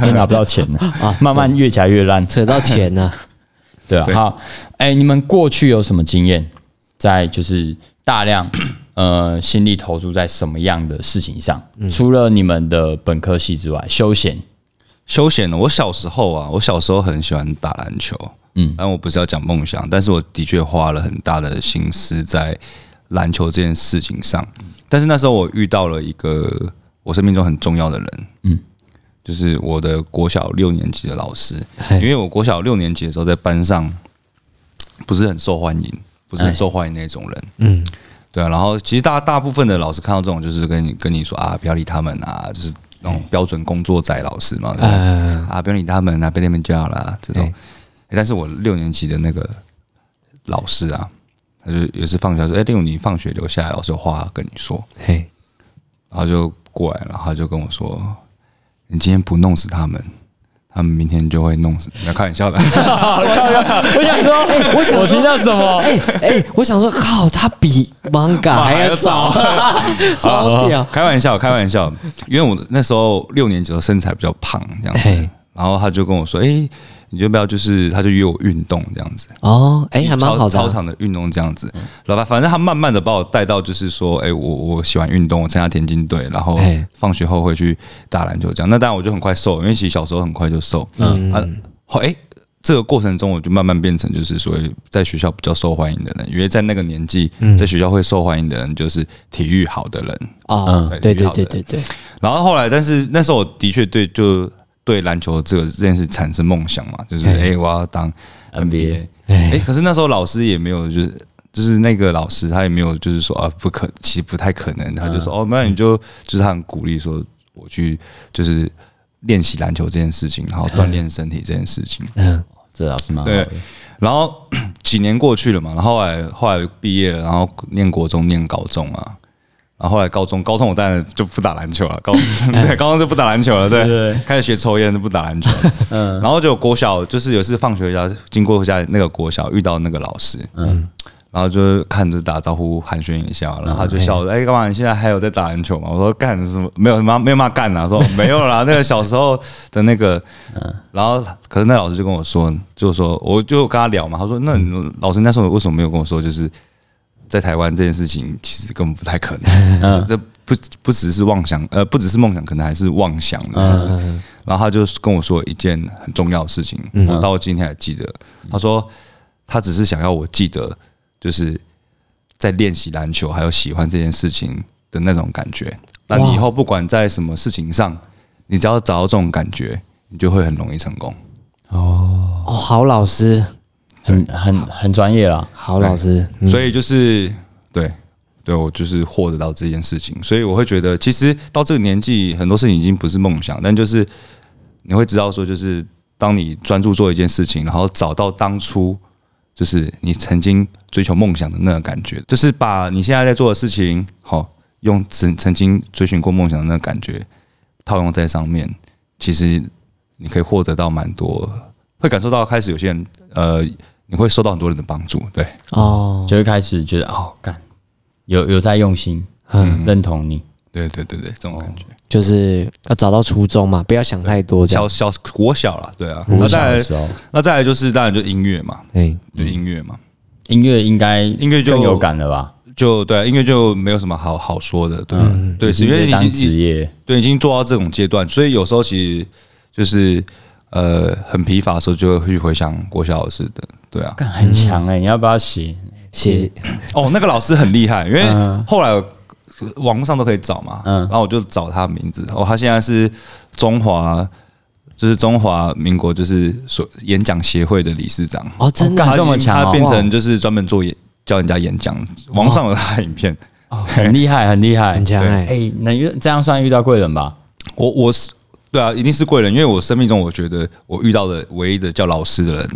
Speaker 2: 你拿不到钱呢啊，慢慢越夹越烂，
Speaker 3: 扯到钱呢、
Speaker 2: 对啊，
Speaker 4: 对
Speaker 2: 好，哎、你们过去有什么经验，在就是大量 呃心力投注在什么样的事情上？除了你们的本科系之外，休闲
Speaker 4: 休闲的，我小时候啊，我小时候很喜欢打篮球，嗯，但我不是要讲梦想，但是我的确花了很大的心思在篮球这件事情上。但是那时候我遇到了一个我生命中很重要的人，嗯，就是我的国小六年级的老师，
Speaker 3: 嘿
Speaker 4: 因为我国小六年级的时候在班上不是很受欢迎，不是很受欢迎那种人，
Speaker 3: 嗯，
Speaker 4: 对啊。然后其实大大部分的老师看到这种，就是跟你跟你说啊，不要理他们啊，就是那种标准工作仔老师嘛，
Speaker 3: 嗯
Speaker 4: 啊，不用理他们啊，被他们就好啦这种。
Speaker 3: 对
Speaker 4: 欸但是我六年级的那个老师啊，他就有一次放学说：“哎、令你放学留下来，老师有话跟你说。”
Speaker 3: 嘿，
Speaker 4: 然后就过来了，然后他就跟我说：“你今天不弄死他们，他们明天就会弄死。”你要开玩笑的，
Speaker 2: 我想说， 我想我听到什么？
Speaker 3: 哎、哎、我想说，靠，他比 manga 还要早， 超屌，
Speaker 4: 开玩笑，开玩笑。因为我那时候六年级的时候身材比较胖，这样
Speaker 3: 嘿
Speaker 4: 子。然后他就跟我说：“哎、你就不要就是，他就约我运动这样子。”
Speaker 3: 哦，哎、还蛮好的、
Speaker 4: 操操
Speaker 3: 啊，
Speaker 4: 场的运动这样子。老板，反正他慢慢的把我带到，就是说，哎、我我喜欢运动，我参加田径队，然后
Speaker 3: 哎
Speaker 4: 放学后会去打篮球这样。那当然我就很快瘦，因为其实小时候很快就瘦。嗯啊，后哎、这个过程中我就慢慢变成就是所谓在学校比较受欢迎的人，因为在那个年纪，
Speaker 3: 嗯
Speaker 4: 在学校会受欢迎的人就是体育好的人。
Speaker 3: 哦，
Speaker 4: 嗯
Speaker 3: 对
Speaker 4: 挺
Speaker 3: 对
Speaker 4: 好的
Speaker 3: 对对对，
Speaker 4: 然后后来，但是那时候我的确对就对篮球这个这件事产生梦想嘛，就是哎、我要当 NBA。哎、可是那时候老师也没有，就是就是那个老师他也没有，就是说啊，不可，其实不太可能。他就说、哦，那你就就是他很鼓励说我去就是练习篮球这件事情，然后锻炼身体这件事情。
Speaker 3: 嗯，
Speaker 2: 这老师蛮好
Speaker 4: 对
Speaker 2: 的，
Speaker 4: 然后几年过去了嘛，然后后来后来毕业了，然后念国中念高中啊，然后后来高中高中我当然就不打篮球了，高 对高中就不打篮球了，对
Speaker 2: 是，
Speaker 4: 开始学抽烟就不打篮球，嗯，然后就国小就是有一次放学回家经过家那个国小遇到那个老师，嗯。然后就看着打招呼寒暄一下，然后他就笑我说：“哎，干嘛？你现在还有在打篮球吗？”我说：“干什么？没有妈没有嘛干啊！”说：“没有啦，那个小时候的那个。”然后可是那老师就跟我说，就说我就跟他聊嘛，他说：“那你老师那时候为什么没有跟我说，就是在台湾这件事情其实根本不太可能，这不不只是妄想，呃，不只是梦想，可能还是妄想的。然后他就跟我说一件很重要的事情，我到今天还记得。他说他只是想要我记得，就是在练习篮球还有喜欢这件事情的那种感觉。那你以后不管在什么事情上，你只要找到这种感觉，你就会很容易成功。
Speaker 3: 哦，好老师，
Speaker 2: 很很很专业啦。
Speaker 3: 好老师，嗯
Speaker 4: 所以就是对对，我就是获得到这件事情，所以我会觉得，其实到这个年纪，很多事情已经不是梦想，但就是你会知道说，就是当你专注做一件事情，然后找到当初就是你曾经追求梦想的那个感觉，就是把你现在在做的事情，好用曾曾经追寻过梦想的那个感觉套用在上面，其实你可以获得到蛮多，会感受到开始有些人呃。你会受到很多人的帮助，对，
Speaker 3: 哦，
Speaker 2: 就会开始觉得哦，干有有在用心，嗯，认同你，
Speaker 4: 对对对对，这种感觉。
Speaker 3: 就是要找到初衷嘛，不要想太多，这样
Speaker 4: 小，小国小啦，对啊。
Speaker 2: 我
Speaker 4: 那
Speaker 2: 小
Speaker 4: 再
Speaker 2: 的
Speaker 4: 来
Speaker 2: 时，候，
Speaker 4: 那再来就是当然就音乐嘛，
Speaker 3: 哎，
Speaker 4: 就音乐嘛，
Speaker 2: 音乐应该
Speaker 4: 音乐就
Speaker 2: 更有感了吧？
Speaker 4: 就对啊、音乐就没有什么好好说的，对、啊对，是因为
Speaker 2: 直接
Speaker 4: 你
Speaker 2: 当
Speaker 4: 已
Speaker 2: 职
Speaker 4: 经
Speaker 2: 业，
Speaker 4: 对已经做到这种阶段，所以有时候其实就是呃很疲乏的时候，就会去回想国小老师的，对啊。
Speaker 2: 干欸很强哎，你要不要写？
Speaker 3: 写
Speaker 4: 哦，那个老师很厉害，因为后来网络上都可以找嘛，
Speaker 2: 嗯
Speaker 4: 然后我就找他名字，哦，他现在是中华，就是中华民国就是所演讲协会的理事长，
Speaker 3: 哦，真的
Speaker 2: 哦干
Speaker 4: 他
Speaker 2: 这么强哦
Speaker 4: 他变成就是专门做演教人家演讲，网络上有他的影片，
Speaker 2: 很厉害，很厉害，
Speaker 3: 很强哎、
Speaker 2: 哎，能遇这样算遇到贵人吧？
Speaker 4: 我我是对啊，一定是贵人，因为我生命中我觉得我遇到的唯一的叫老师的人，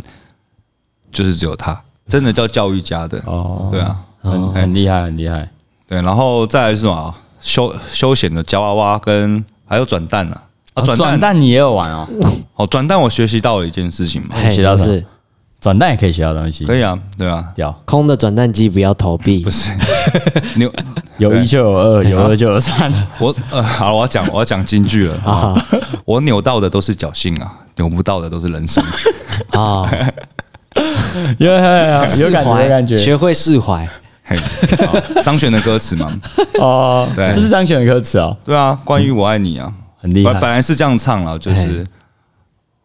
Speaker 4: 就是只有他，真的叫教育家的，
Speaker 2: 哦，
Speaker 4: 对啊，
Speaker 2: 很很厉害，很厉害。
Speaker 4: 对，然后再来是什么啊休休闲的夹娃娃跟还有转蛋啊，啊转
Speaker 2: 哦转
Speaker 4: 蛋
Speaker 2: 蛋你也有玩哦，
Speaker 4: 哦转蛋我学习到了一件事情嘛，
Speaker 3: 嘿
Speaker 2: 学哎到什么
Speaker 3: 是
Speaker 2: 转蛋也可以学到东西
Speaker 4: 可，以啊，对啊，
Speaker 2: 屌，
Speaker 3: 哎空的转蛋机不要投币，
Speaker 4: 不是你有
Speaker 2: 有一
Speaker 4: 对
Speaker 2: 就有二，有二就有三，
Speaker 4: 我呃好，我要讲我要讲京剧 了啊，我扭到的都是侥幸啊，扭不到的都是人生，
Speaker 3: 啊，
Speaker 2: 有有 有有感
Speaker 3: 释
Speaker 2: 觉，
Speaker 3: 怀
Speaker 2: 有感觉
Speaker 3: 学会释怀，
Speaker 4: 嘿好张悬的歌词嘛，
Speaker 2: 哦。
Speaker 4: 对
Speaker 2: 这是张学友的歌词哦，
Speaker 4: 对啊，关于我爱你啊，
Speaker 2: 很嗯厉
Speaker 4: 本本
Speaker 2: 害。
Speaker 4: 来是这样唱了，就
Speaker 3: 哎
Speaker 4: 是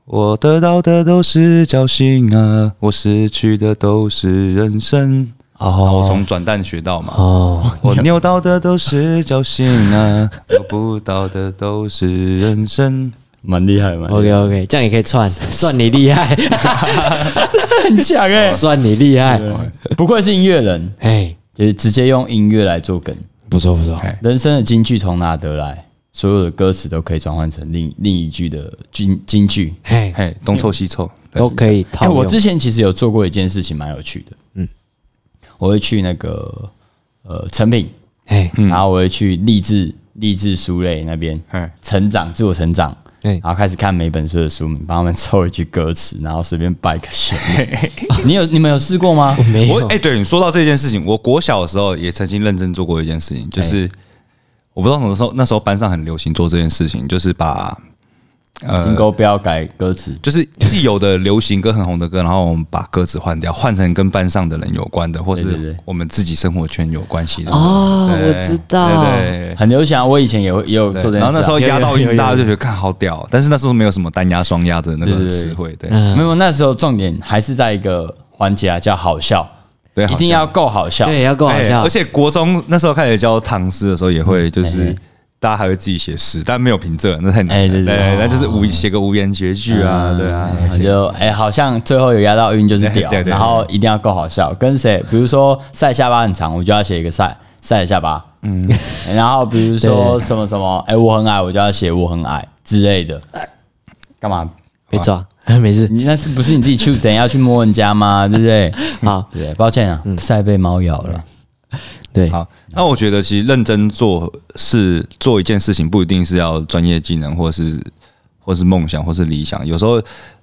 Speaker 4: 我得到的都是侥幸啊，我失去的都是人生。我
Speaker 2: 哦，
Speaker 4: 从转蛋学到 嘛，
Speaker 3: 哦，
Speaker 4: 我扭到的都是侥幸啊，扭不到的都是人生。
Speaker 2: 蛮厉害，蛮厉害
Speaker 3: OK OK，这样也可 以串，算你厉害，
Speaker 2: 很强哎。
Speaker 3: 算你厉害，
Speaker 4: 哦
Speaker 2: 不愧是音乐人，
Speaker 3: 哎，
Speaker 2: 就是直接用音乐来做梗。
Speaker 3: 不错不错，
Speaker 4: 哎
Speaker 2: 人生的金句从哪得来？所有的歌词都可以转换成另另一句的金金句。
Speaker 3: 哎，
Speaker 4: 嘿，东凑西凑，
Speaker 3: 都
Speaker 4: 对
Speaker 3: 可以
Speaker 2: 哎、
Speaker 3: 套用。
Speaker 2: 我之前其实有做过一件事情，蛮有趣的。嗯，我会去那个呃成品，
Speaker 3: 哎
Speaker 2: 然后我会去励志励志书类那边
Speaker 4: 嘿
Speaker 2: 成长，自我成长。
Speaker 3: 哎
Speaker 2: 然后开始看每本书的书名，帮他们凑一句歌词，然后随便掰个旋律。你有你们有试过吗？
Speaker 3: 没
Speaker 4: 我
Speaker 3: 有
Speaker 4: 哎、对你说到这件事情，我国小的时候也曾经认真做过一件事情，就是、我不知道什么时候，那时候班上很流行做这件事情，就是把
Speaker 2: 金钩不要改歌词，
Speaker 4: 就是既有的流行歌很红的歌，然后我们把歌词换掉，换成跟班上的人有关的，或
Speaker 2: 对对
Speaker 4: 是
Speaker 2: 对
Speaker 4: 我们自己生活圈有关系的。
Speaker 3: 哦，
Speaker 4: 对
Speaker 3: 我知道，
Speaker 4: 对
Speaker 2: 很流行啊。我以前也会也有
Speaker 4: 对
Speaker 2: 做这件
Speaker 4: 对。
Speaker 2: 事、啊。
Speaker 4: 然后那时候
Speaker 3: 有有
Speaker 4: 压到
Speaker 3: 有有
Speaker 4: 音，
Speaker 3: 有
Speaker 4: 大家就觉得看好屌哦，但是那时候没有什么单压、双压的那
Speaker 2: 对对
Speaker 4: 个
Speaker 2: 对
Speaker 4: 词汇，对
Speaker 3: 嗯
Speaker 2: 没有，那时候重点还是在一个环节啊，叫好笑，
Speaker 4: 对，
Speaker 2: 一定要够好笑。嗯
Speaker 3: 对，要够
Speaker 4: 好
Speaker 3: 好
Speaker 4: 笑。哎
Speaker 3: 笑
Speaker 4: 而，且国中那时候开始教唐诗的时候，也会就是。大家还会自己写诗，但没有平仄，那太难
Speaker 2: 哎
Speaker 4: 了。
Speaker 2: 对对对
Speaker 4: 那就是无写个无言绝句啊，对啊，
Speaker 2: 然后就哎、好像最后有压到晕就是屌，
Speaker 4: 对对对
Speaker 2: 然后一定要够好笑。跟谁？比如说晒下巴很长，我就要写一个晒晒下巴。嗯， 然后比如说什么什么，哎、我很矮，我就要写我很矮之类的。干嘛？
Speaker 3: 被
Speaker 4: 啊
Speaker 3: 抓，没
Speaker 4: 嗯
Speaker 3: 事，
Speaker 2: 你那是不是你自己去 怎样要去摸人家吗？对不对？
Speaker 3: 好，
Speaker 2: 对，抱歉啊，晒被猫咬了。
Speaker 3: 对，
Speaker 4: 好，那我觉得其实认真做是做一件事情，不一定是要专业技能，或是或是梦想，或是理想。有时候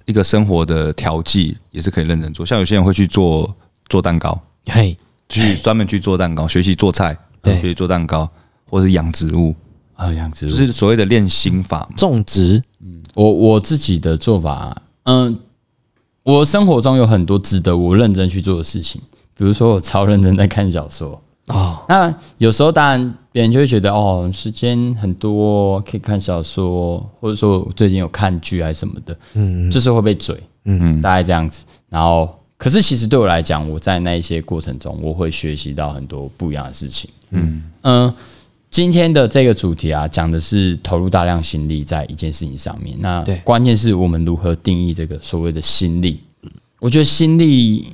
Speaker 4: 一个生活的调剂也是可以认真做。像有些人会去做做蛋糕，
Speaker 3: 嘿，
Speaker 2: 哎
Speaker 4: 去专门去做蛋糕，学习做菜，
Speaker 3: 对
Speaker 4: 学习做蛋糕，或是养植物，
Speaker 2: 啊，养殖
Speaker 4: 就
Speaker 2: 物
Speaker 4: 是所谓的练心法嘛。
Speaker 3: 种植，
Speaker 2: 我我自己的做法，嗯，我生活中有很多值得我认真去做的事情，比如说我超认真在看小说。
Speaker 3: 哦，
Speaker 2: 那有时候当然别人就会觉得哦，时间很多可以看小说，或者说我最近有看剧还是什么的，嗯，就是会被嘴，嗯，大概这样子。然后，可是其实对我来讲，我在那一些过程中，我会学习到很多不一样的事情，嗯嗯。今天的这个主题啊，讲的是投入大量心力在一件事情上面。那
Speaker 3: 对
Speaker 2: 关键是我们如何定义这个所谓的心力。我觉得心力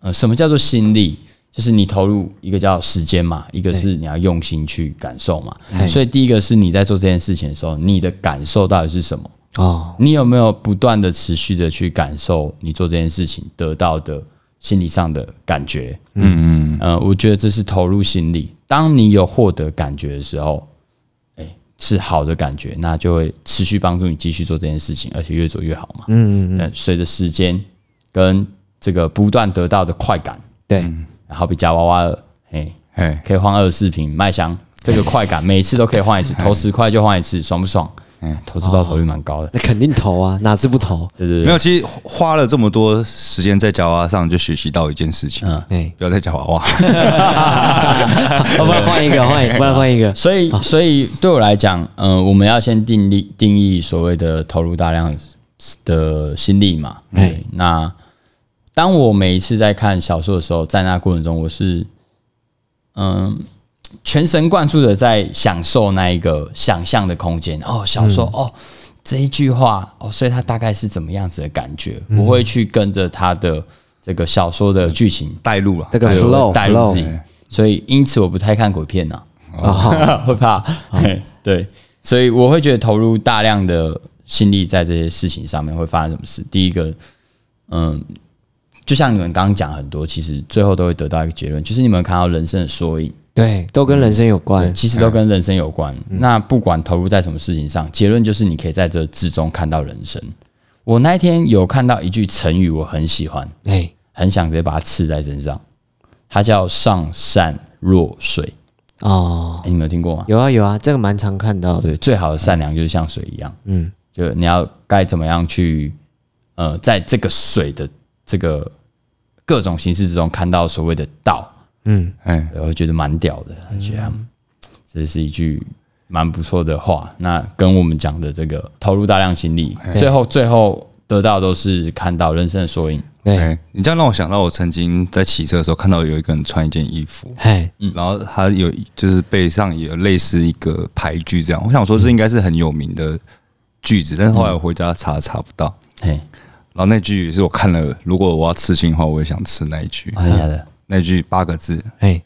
Speaker 2: 呃，什么叫做心力？就是你投入一个叫时间嘛，一个是你要用心去感受嘛。所以第一个是你在做这件事情的时候，你的感受到底是什么？
Speaker 3: 哦，
Speaker 2: 你有没有不断的持续的去感受你做这件事情得到的心理上的感觉？嗯嗯，呃，我觉得这是投入心力。当你有获得感觉的时候，哎、是好的感觉，那就会持续帮助你继续做这件事情，而且越做越好嘛。嗯嗯嗯。随着时间跟这个不断得到的快感，
Speaker 3: 对，
Speaker 4: 嗯
Speaker 2: 好比夹娃娃了，哎，
Speaker 4: 嘿，
Speaker 2: 可以换二十四瓶麦香，这个快感每次都可以换一次，投十块就换一次，爽不爽？嗯，投资报酬率蛮高的，
Speaker 3: 那肯定投啊，哪次不投？
Speaker 2: 对对
Speaker 4: 没
Speaker 2: 对，
Speaker 4: 有，其实花了这么多时间在夹娃娃上，就学习到一件事情，
Speaker 3: 哎，
Speaker 4: 不要再夹娃 娃。
Speaker 3: 要不然换一个，换一个，不
Speaker 4: 哎
Speaker 3: 然换一个，
Speaker 2: 所以所以对我来讲，嗯、我们要先定义定义所谓的投入大量的心力嘛，
Speaker 3: 哎
Speaker 2: 对，那当我每一次在看小说的时候，在那过程中，我是嗯、全神贯注的在享受那一个想象的空间。哦，想说、
Speaker 3: 嗯
Speaker 2: 哦这一句话哦，所以它大概是怎么样子的感觉？
Speaker 3: 嗯
Speaker 2: 我会去跟着它的这个小说的剧情
Speaker 4: 带路啊了，
Speaker 3: 这个
Speaker 4: 带入
Speaker 3: flow 哦
Speaker 2: 带入自己，所以因此我不太看鬼片啊呐、
Speaker 4: 嗯
Speaker 2: 会怕。嘿对，所以我会觉得投入大量的心力在这些事情上面会发生什么事？第一个，嗯，就像你们刚刚讲很多，其实最后都会得到一个结论，就是你们看到人生的缩影，
Speaker 3: 对，都跟人生有关。
Speaker 2: 其实都跟人生有关。那不管投入在什么事情上，结论就是你可以在这之中看到人生。我那一天有看到一句成语，我很喜欢，
Speaker 3: 哎，
Speaker 2: 很想直接把它刺在身上，它叫“上善若水”
Speaker 3: 哦，
Speaker 2: 诶你们有听过吗？
Speaker 3: 有啊有啊，这个蛮常看到的。
Speaker 2: 哦对，最好的善良就是像水一样，嗯，就你要该怎么样去，呃，在这个水的这个各种形式之中看到所谓的道，
Speaker 3: 嗯，
Speaker 4: 哎，
Speaker 2: 对我觉得蛮屌的，觉得嗯这是一句蛮不错的话。那跟我们讲的这个投入大量心力，最后最后得到都是看到人生的缩影。
Speaker 3: 对，
Speaker 4: 哎，你这样让我想到，我曾经在骑车的时候看到有一个人穿一件衣服，
Speaker 3: 嘿，
Speaker 4: 然后他有就是背上也有类似一个牌句这样，我想说这应该是很有名的句子，但是后来我回家查查不到。
Speaker 2: 嘿，
Speaker 4: 然后那句也是我看了，如果我要刺青的话，我也想吃那一句。
Speaker 3: 啊
Speaker 2: 哎呀的，
Speaker 4: 那句八个字：
Speaker 3: 哎，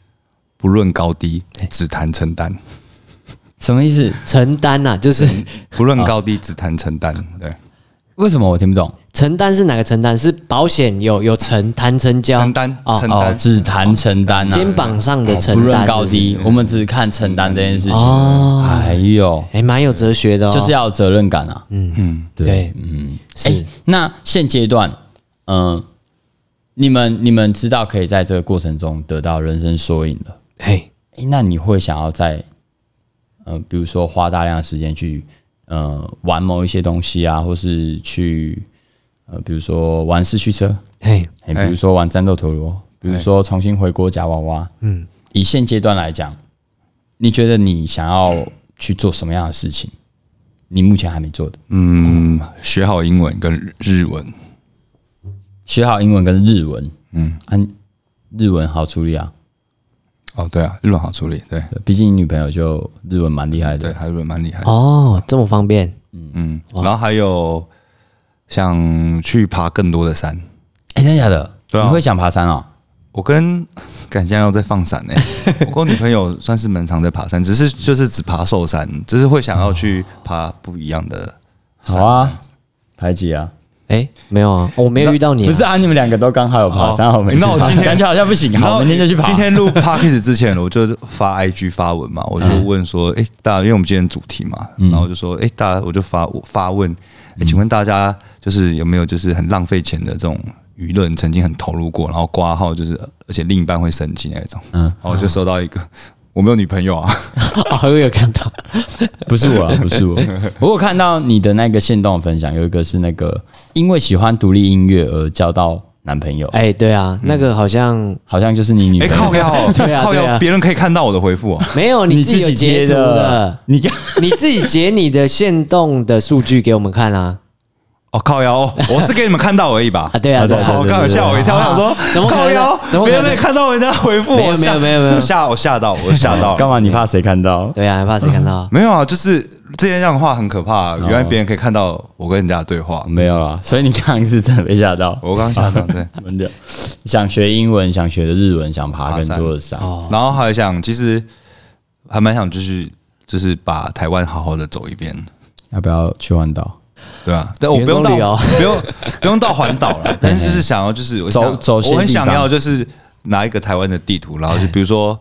Speaker 4: 不论高低，只谈承担。
Speaker 2: 什么意思？
Speaker 3: 承担呐、就是
Speaker 4: 不
Speaker 3: 啊
Speaker 4: 论高低，只谈承担。对，
Speaker 2: 为什么我听不懂？
Speaker 3: 承担是哪个承担？是保险有有承谈成交
Speaker 4: 承担
Speaker 3: 哦
Speaker 4: 承
Speaker 2: 哦，
Speaker 4: 担
Speaker 2: 只谈承担啊，
Speaker 3: 肩膀上的承
Speaker 2: 不
Speaker 3: 担，
Speaker 2: 论高
Speaker 3: 哦是不是
Speaker 2: 低，我们只看承担这件事情。
Speaker 3: 哦
Speaker 2: 哎呦，
Speaker 3: 哎，蛮有哲学的哦。
Speaker 2: 就是要有责任感啊。嗯嗯，
Speaker 3: 对，
Speaker 2: 嗯，
Speaker 3: 是
Speaker 2: 哎、那现阶段，嗯、你们你们知道可以在这个过程中得到人生缩影了。
Speaker 3: 嘿，
Speaker 2: 哎、那你会想要在，呃，比如说花大量的时间去，呃，玩某一些东西啊，或是去，呃，比如说玩四驱车，
Speaker 3: 嘿，
Speaker 2: 哎、比如说玩战斗陀螺，比如说重新回国夹娃娃，嗯，以现阶段来讲，你觉得你想要去做什么样的事情？你目前还没做的，
Speaker 4: 嗯，学好英文跟日文，
Speaker 2: 学好英文跟日文，嗯，按、日文好处理啊，
Speaker 4: 哦，对啊，日文好处理，对
Speaker 2: 对毕竟你女朋友就日文蛮厉害
Speaker 4: 对，
Speaker 2: 的，
Speaker 4: 还日文蛮厉害的。
Speaker 3: 哦，这么方便，
Speaker 4: 嗯，然后还有想去爬更多的山。
Speaker 2: 哎、真的假的？
Speaker 4: 对啊
Speaker 2: 你会想爬山哦？
Speaker 4: 我跟 感现在要在放闪呢、 我跟我女朋友算是蛮常在爬山，只是就是只爬寿山，只是会想要去爬不一样的。
Speaker 2: 好啊，排挤啊，
Speaker 3: 哎，没有啊，我没有遇到你、啊，
Speaker 2: 不是啊？你们两个都刚好有爬山，
Speaker 4: 哦
Speaker 2: 我没去爬
Speaker 4: 那我今 天
Speaker 2: 感觉好像不行，好，明天就去爬
Speaker 4: 今。天 录 podcast 之前，我就是发 IG 发文嘛，我就
Speaker 2: 嗯
Speaker 4: 问说，哎、大家，因为我们今天主题嘛，然后就说，哎、大家，我就发我发问、诶
Speaker 2: 嗯
Speaker 4: 请问大家就是有没有就是很浪费钱的这种娱乐，你曾经很投入过，然后挂号就是，而且另一半会生气那种，嗯，然后我就收到一个，我没有女朋友啊，
Speaker 3: 哦，我有看到，
Speaker 2: 不是我、啊，不是我。我有看到你的那个线动分享，有一个是那个因为喜欢独立音乐而交到男朋友，哎、
Speaker 3: 哎，对啊，那个好像
Speaker 2: 好像就是你女
Speaker 4: 哎、
Speaker 2: 朋友。
Speaker 4: 靠 腰、哦，
Speaker 3: 对啊
Speaker 4: 靠
Speaker 3: 对
Speaker 4: 腰，
Speaker 3: 啊
Speaker 4: 别人可以看到我的回复哦。
Speaker 3: 没有，
Speaker 2: 你
Speaker 3: 自己有
Speaker 2: 己
Speaker 3: 截
Speaker 2: 贴
Speaker 3: 图
Speaker 2: 的
Speaker 3: 的，，
Speaker 2: 你看
Speaker 3: 你自己截你的限动的数据给我们看啊！
Speaker 4: 哦，靠腰、哦，我是给你们看到而已 吧？
Speaker 3: 啊，对啊，对啊
Speaker 4: 好，刚好吓我一跳，我想说
Speaker 3: 啊怎么可能
Speaker 4: 靠腰？
Speaker 3: 怎么可
Speaker 4: 别
Speaker 3: 能
Speaker 4: 人看到人家回复
Speaker 3: 没
Speaker 4: 我
Speaker 3: 有
Speaker 4: 吓？
Speaker 3: 没有没有没有
Speaker 4: 我 吓我吓到我吓到了
Speaker 2: 干嘛？你怕谁看到？
Speaker 3: 对啊，怕谁看到？
Speaker 4: 没有啊，就是这件这样的话很可怕、
Speaker 3: 哦
Speaker 4: 原来别人可以看到我跟人家的对话。
Speaker 2: 没有啦，所以你刚刚是真的被吓到。
Speaker 4: 我刚刚想到对，
Speaker 2: 真的 想学英文，想学的日文，想爬
Speaker 4: 爬
Speaker 2: 更
Speaker 4: 山
Speaker 2: 多的山。
Speaker 3: 哦
Speaker 4: 然后还想，其实还蛮想就是就是把台湾好好的走一遍，
Speaker 2: 要不要去环岛？
Speaker 4: 对啊，但我不用
Speaker 3: 员工旅游
Speaker 4: 到不用不用到环岛 了，但是就是想要就是我想
Speaker 2: 走走些
Speaker 4: 我很
Speaker 2: 地
Speaker 4: 想
Speaker 2: 方
Speaker 4: 要就是拿一个台湾的地图，然后就
Speaker 3: 哎
Speaker 4: 比如说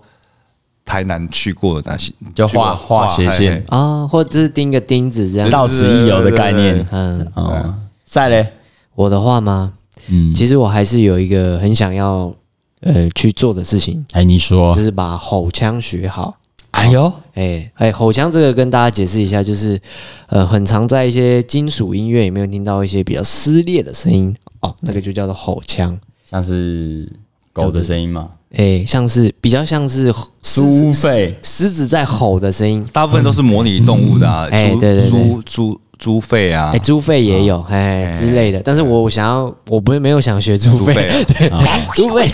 Speaker 4: 台南去过哪些，
Speaker 2: 就
Speaker 4: 去过
Speaker 2: 画画斜线，
Speaker 3: 啊，或者是钉个钉子这样。
Speaker 2: 到此一游的概
Speaker 4: 对对对
Speaker 2: 念
Speaker 4: 对。
Speaker 3: 嗯，
Speaker 2: 哦，在嘞，
Speaker 3: 我的话吗？
Speaker 2: 嗯，
Speaker 3: 其实我还是有一个很想要呃去做的事情，
Speaker 2: 哎，你说
Speaker 3: 就，是把吼腔学好。
Speaker 2: 哎呦，
Speaker 3: 哎哎，吼腔这个跟大家解释一下，就是呃，很常在一些金属音乐里面听到一些比较撕裂的声音哦，那个就叫做吼腔。
Speaker 2: 像是狗的声音嘛，
Speaker 3: 哎，像是比较像是
Speaker 2: 苏肺
Speaker 3: 狮子在吼的声音，
Speaker 4: 大部分都是模拟动物的啊，
Speaker 3: 嗯哎
Speaker 4: 猪
Speaker 3: 对对对
Speaker 4: 猪猪租费啊
Speaker 3: 哎，，租费也有，哎之类的。但是我想要，我不是没有想学租
Speaker 4: 租
Speaker 3: 费
Speaker 4: 费，
Speaker 3: 对租费，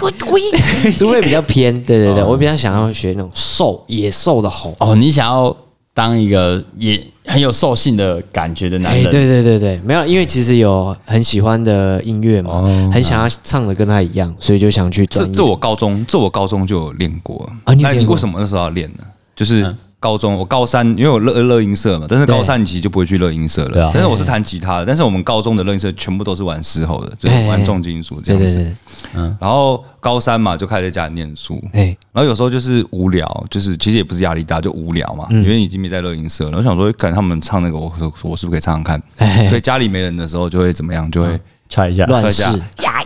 Speaker 3: 租费比较偏，对对对，我比较想要学那种瘦野兽的吼。
Speaker 2: 哦，你想要当一个也很有兽性的感觉的男
Speaker 3: 哎，
Speaker 2: 人，
Speaker 3: 对对对对，没有，因为其实有很喜欢的音乐嘛，
Speaker 2: 哦
Speaker 3: 很想要唱的跟他一样，所以就想去
Speaker 4: 这
Speaker 3: 专业
Speaker 4: 这我高中这我高中就有练过
Speaker 3: 啊你有
Speaker 4: 那
Speaker 3: 练
Speaker 4: 你
Speaker 3: 过
Speaker 4: 为什么那时候要练呢？就是高中我高三，因为我乐乐音社嘛，但是
Speaker 3: 对哎
Speaker 4: 高三你其实就不会去乐音社了。
Speaker 2: 对啊
Speaker 4: 但是我是弹吉他的，但是我们高中的乐音社全部都是玩嘶吼的，就
Speaker 3: 哎
Speaker 4: 是玩重金属这
Speaker 3: 对
Speaker 4: 样
Speaker 3: 对
Speaker 4: 子。
Speaker 3: 对，
Speaker 4: 然后高三嘛，就开始在家里念书。
Speaker 3: 哎，
Speaker 4: 然后有时候就是无聊，就是其实也不是压力大，就无聊嘛，
Speaker 3: 嗯
Speaker 4: 因为已经没在乐音社了。我想说，可能他们唱那个，我说我是不是可以唱唱
Speaker 3: 哎
Speaker 4: 看？所以家里没人的时候就会怎么样，就会
Speaker 2: 踹一下， 哦
Speaker 3: 乱
Speaker 4: 大
Speaker 3: 世
Speaker 4: 家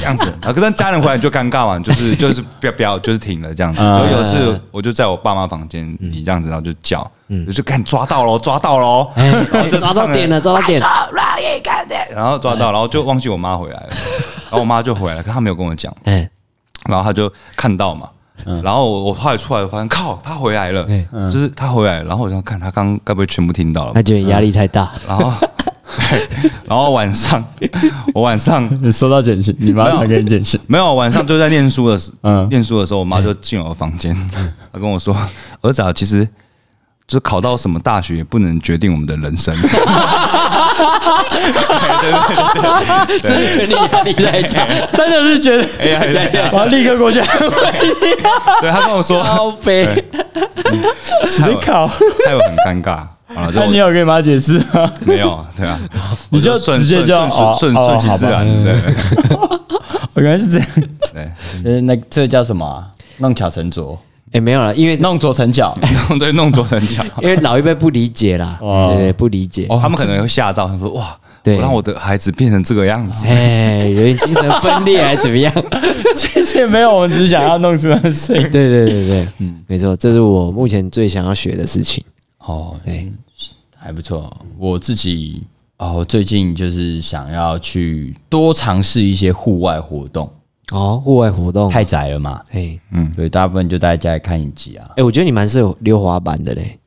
Speaker 4: 这样子。啊，可是家人回来就尴尬嘛，就 是就是不要不要，就是停了这样子。
Speaker 3: 啊
Speaker 4: 所以有一次我就在我爸妈房间里这样子，然后就叫，我就看抓到喽，抓到 喽，然后就
Speaker 3: 嗯哎抓到
Speaker 4: 上来
Speaker 3: 点了，哎抓到点，
Speaker 4: 然后抓到，然后就忘记我妈回来 了，然后我妈就回来了，可她没有跟我讲，
Speaker 3: 哎，
Speaker 4: 然后她就看到嘛，
Speaker 2: 嗯
Speaker 4: 然后我我后来出来发现，靠，她回来了
Speaker 3: 哎，
Speaker 4: 就是她回来了，然后我想看她刚该不会全部听到了
Speaker 3: 他
Speaker 2: 哎
Speaker 4: 吧，
Speaker 3: 觉得你压力太大，
Speaker 2: 啊
Speaker 4: 然后 对，然后晚上 我晚上
Speaker 2: 你收到简讯，你妈传给你简 讯，
Speaker 4: 没有，晚上就在念书的时，
Speaker 2: 嗯
Speaker 4: 嗯，念书的时候，我妈就进我房间，她跟我说：“儿子啊，其实就是考到什么大学也不能决定我们的 人生。
Speaker 3: 真的觉得你压力太大，
Speaker 2: 真的是觉得，
Speaker 4: 哎呀哎呀
Speaker 2: 我要立刻过去安慰你，”
Speaker 4: 对，她跟我说，
Speaker 3: 超悲。
Speaker 4: 害我
Speaker 2: 考，
Speaker 4: 害我很尴尬。好了，就
Speaker 2: 那你有跟你妈解释吗？
Speaker 4: 没有？对啊，
Speaker 2: 你就
Speaker 4: 我顺
Speaker 2: 直接
Speaker 4: 顺
Speaker 2: 就
Speaker 4: 顺
Speaker 2: 哦
Speaker 4: 顺
Speaker 2: 哦
Speaker 4: 顺其
Speaker 2: 好吧嗯
Speaker 4: 自然，对
Speaker 2: 我原来是这样，
Speaker 4: 对
Speaker 2: 呃， 那这叫什么啊？弄巧成 拙，
Speaker 3: 哎，没有了，因为
Speaker 2: 弄拙成巧。
Speaker 4: 弄 对弄左成巧。
Speaker 3: 因为老一辈不理解啦，
Speaker 2: 哦
Speaker 3: 对对，不理解。
Speaker 4: 哦，他们可能会吓到，他说：“哇，我
Speaker 3: 对
Speaker 4: 让我的孩子变成这个样子。”
Speaker 3: 哎，有点精神分裂还是怎 么样？
Speaker 2: 其实也没有，我们只是想要弄出来的声音
Speaker 3: 对。对对对，嗯，没错，这是我目前最想要学的事情。
Speaker 2: 哦，
Speaker 3: 对，
Speaker 2: 还不错。我自己哦，最近就是想要去多尝试一些户外活动，
Speaker 3: 哦，户外活动，
Speaker 2: 太宅了嘛。
Speaker 3: 哎
Speaker 2: 嗯，对，大部分就待在家里看影集啊。
Speaker 3: 哎，我觉得你蛮适合溜滑板的嘞。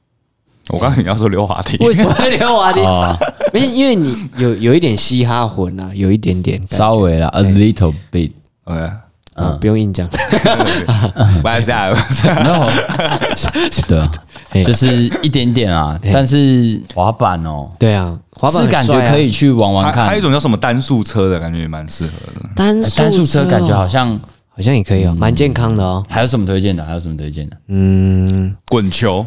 Speaker 4: 我刚刚你要说溜滑梯，
Speaker 3: 为什么会溜滑梯？
Speaker 2: 啊，
Speaker 3: 没， 因为你有有一点嘻哈魂啊，有一点点感觉
Speaker 2: 稍微啦，a little bit。
Speaker 4: OK，
Speaker 3: 啊，不用硬讲。
Speaker 4: 拜下，
Speaker 2: no，对啊，就是一点点啊。但是滑板哦，
Speaker 3: 对啊，滑板
Speaker 2: 是
Speaker 3: 很
Speaker 2: 感觉
Speaker 3: 帅啊
Speaker 2: 可以去玩玩
Speaker 4: 还还有
Speaker 2: 看
Speaker 4: 一。种叫什么单速车的感觉也蛮适合的。
Speaker 3: 单
Speaker 2: 哎
Speaker 3: 速
Speaker 2: 单速车感觉
Speaker 3: 哦
Speaker 2: 好像
Speaker 3: 好像也可以哦，蛮健康的哦。
Speaker 2: 还有什么推荐的？还有什么推荐的？
Speaker 3: 嗯，
Speaker 4: 滚球，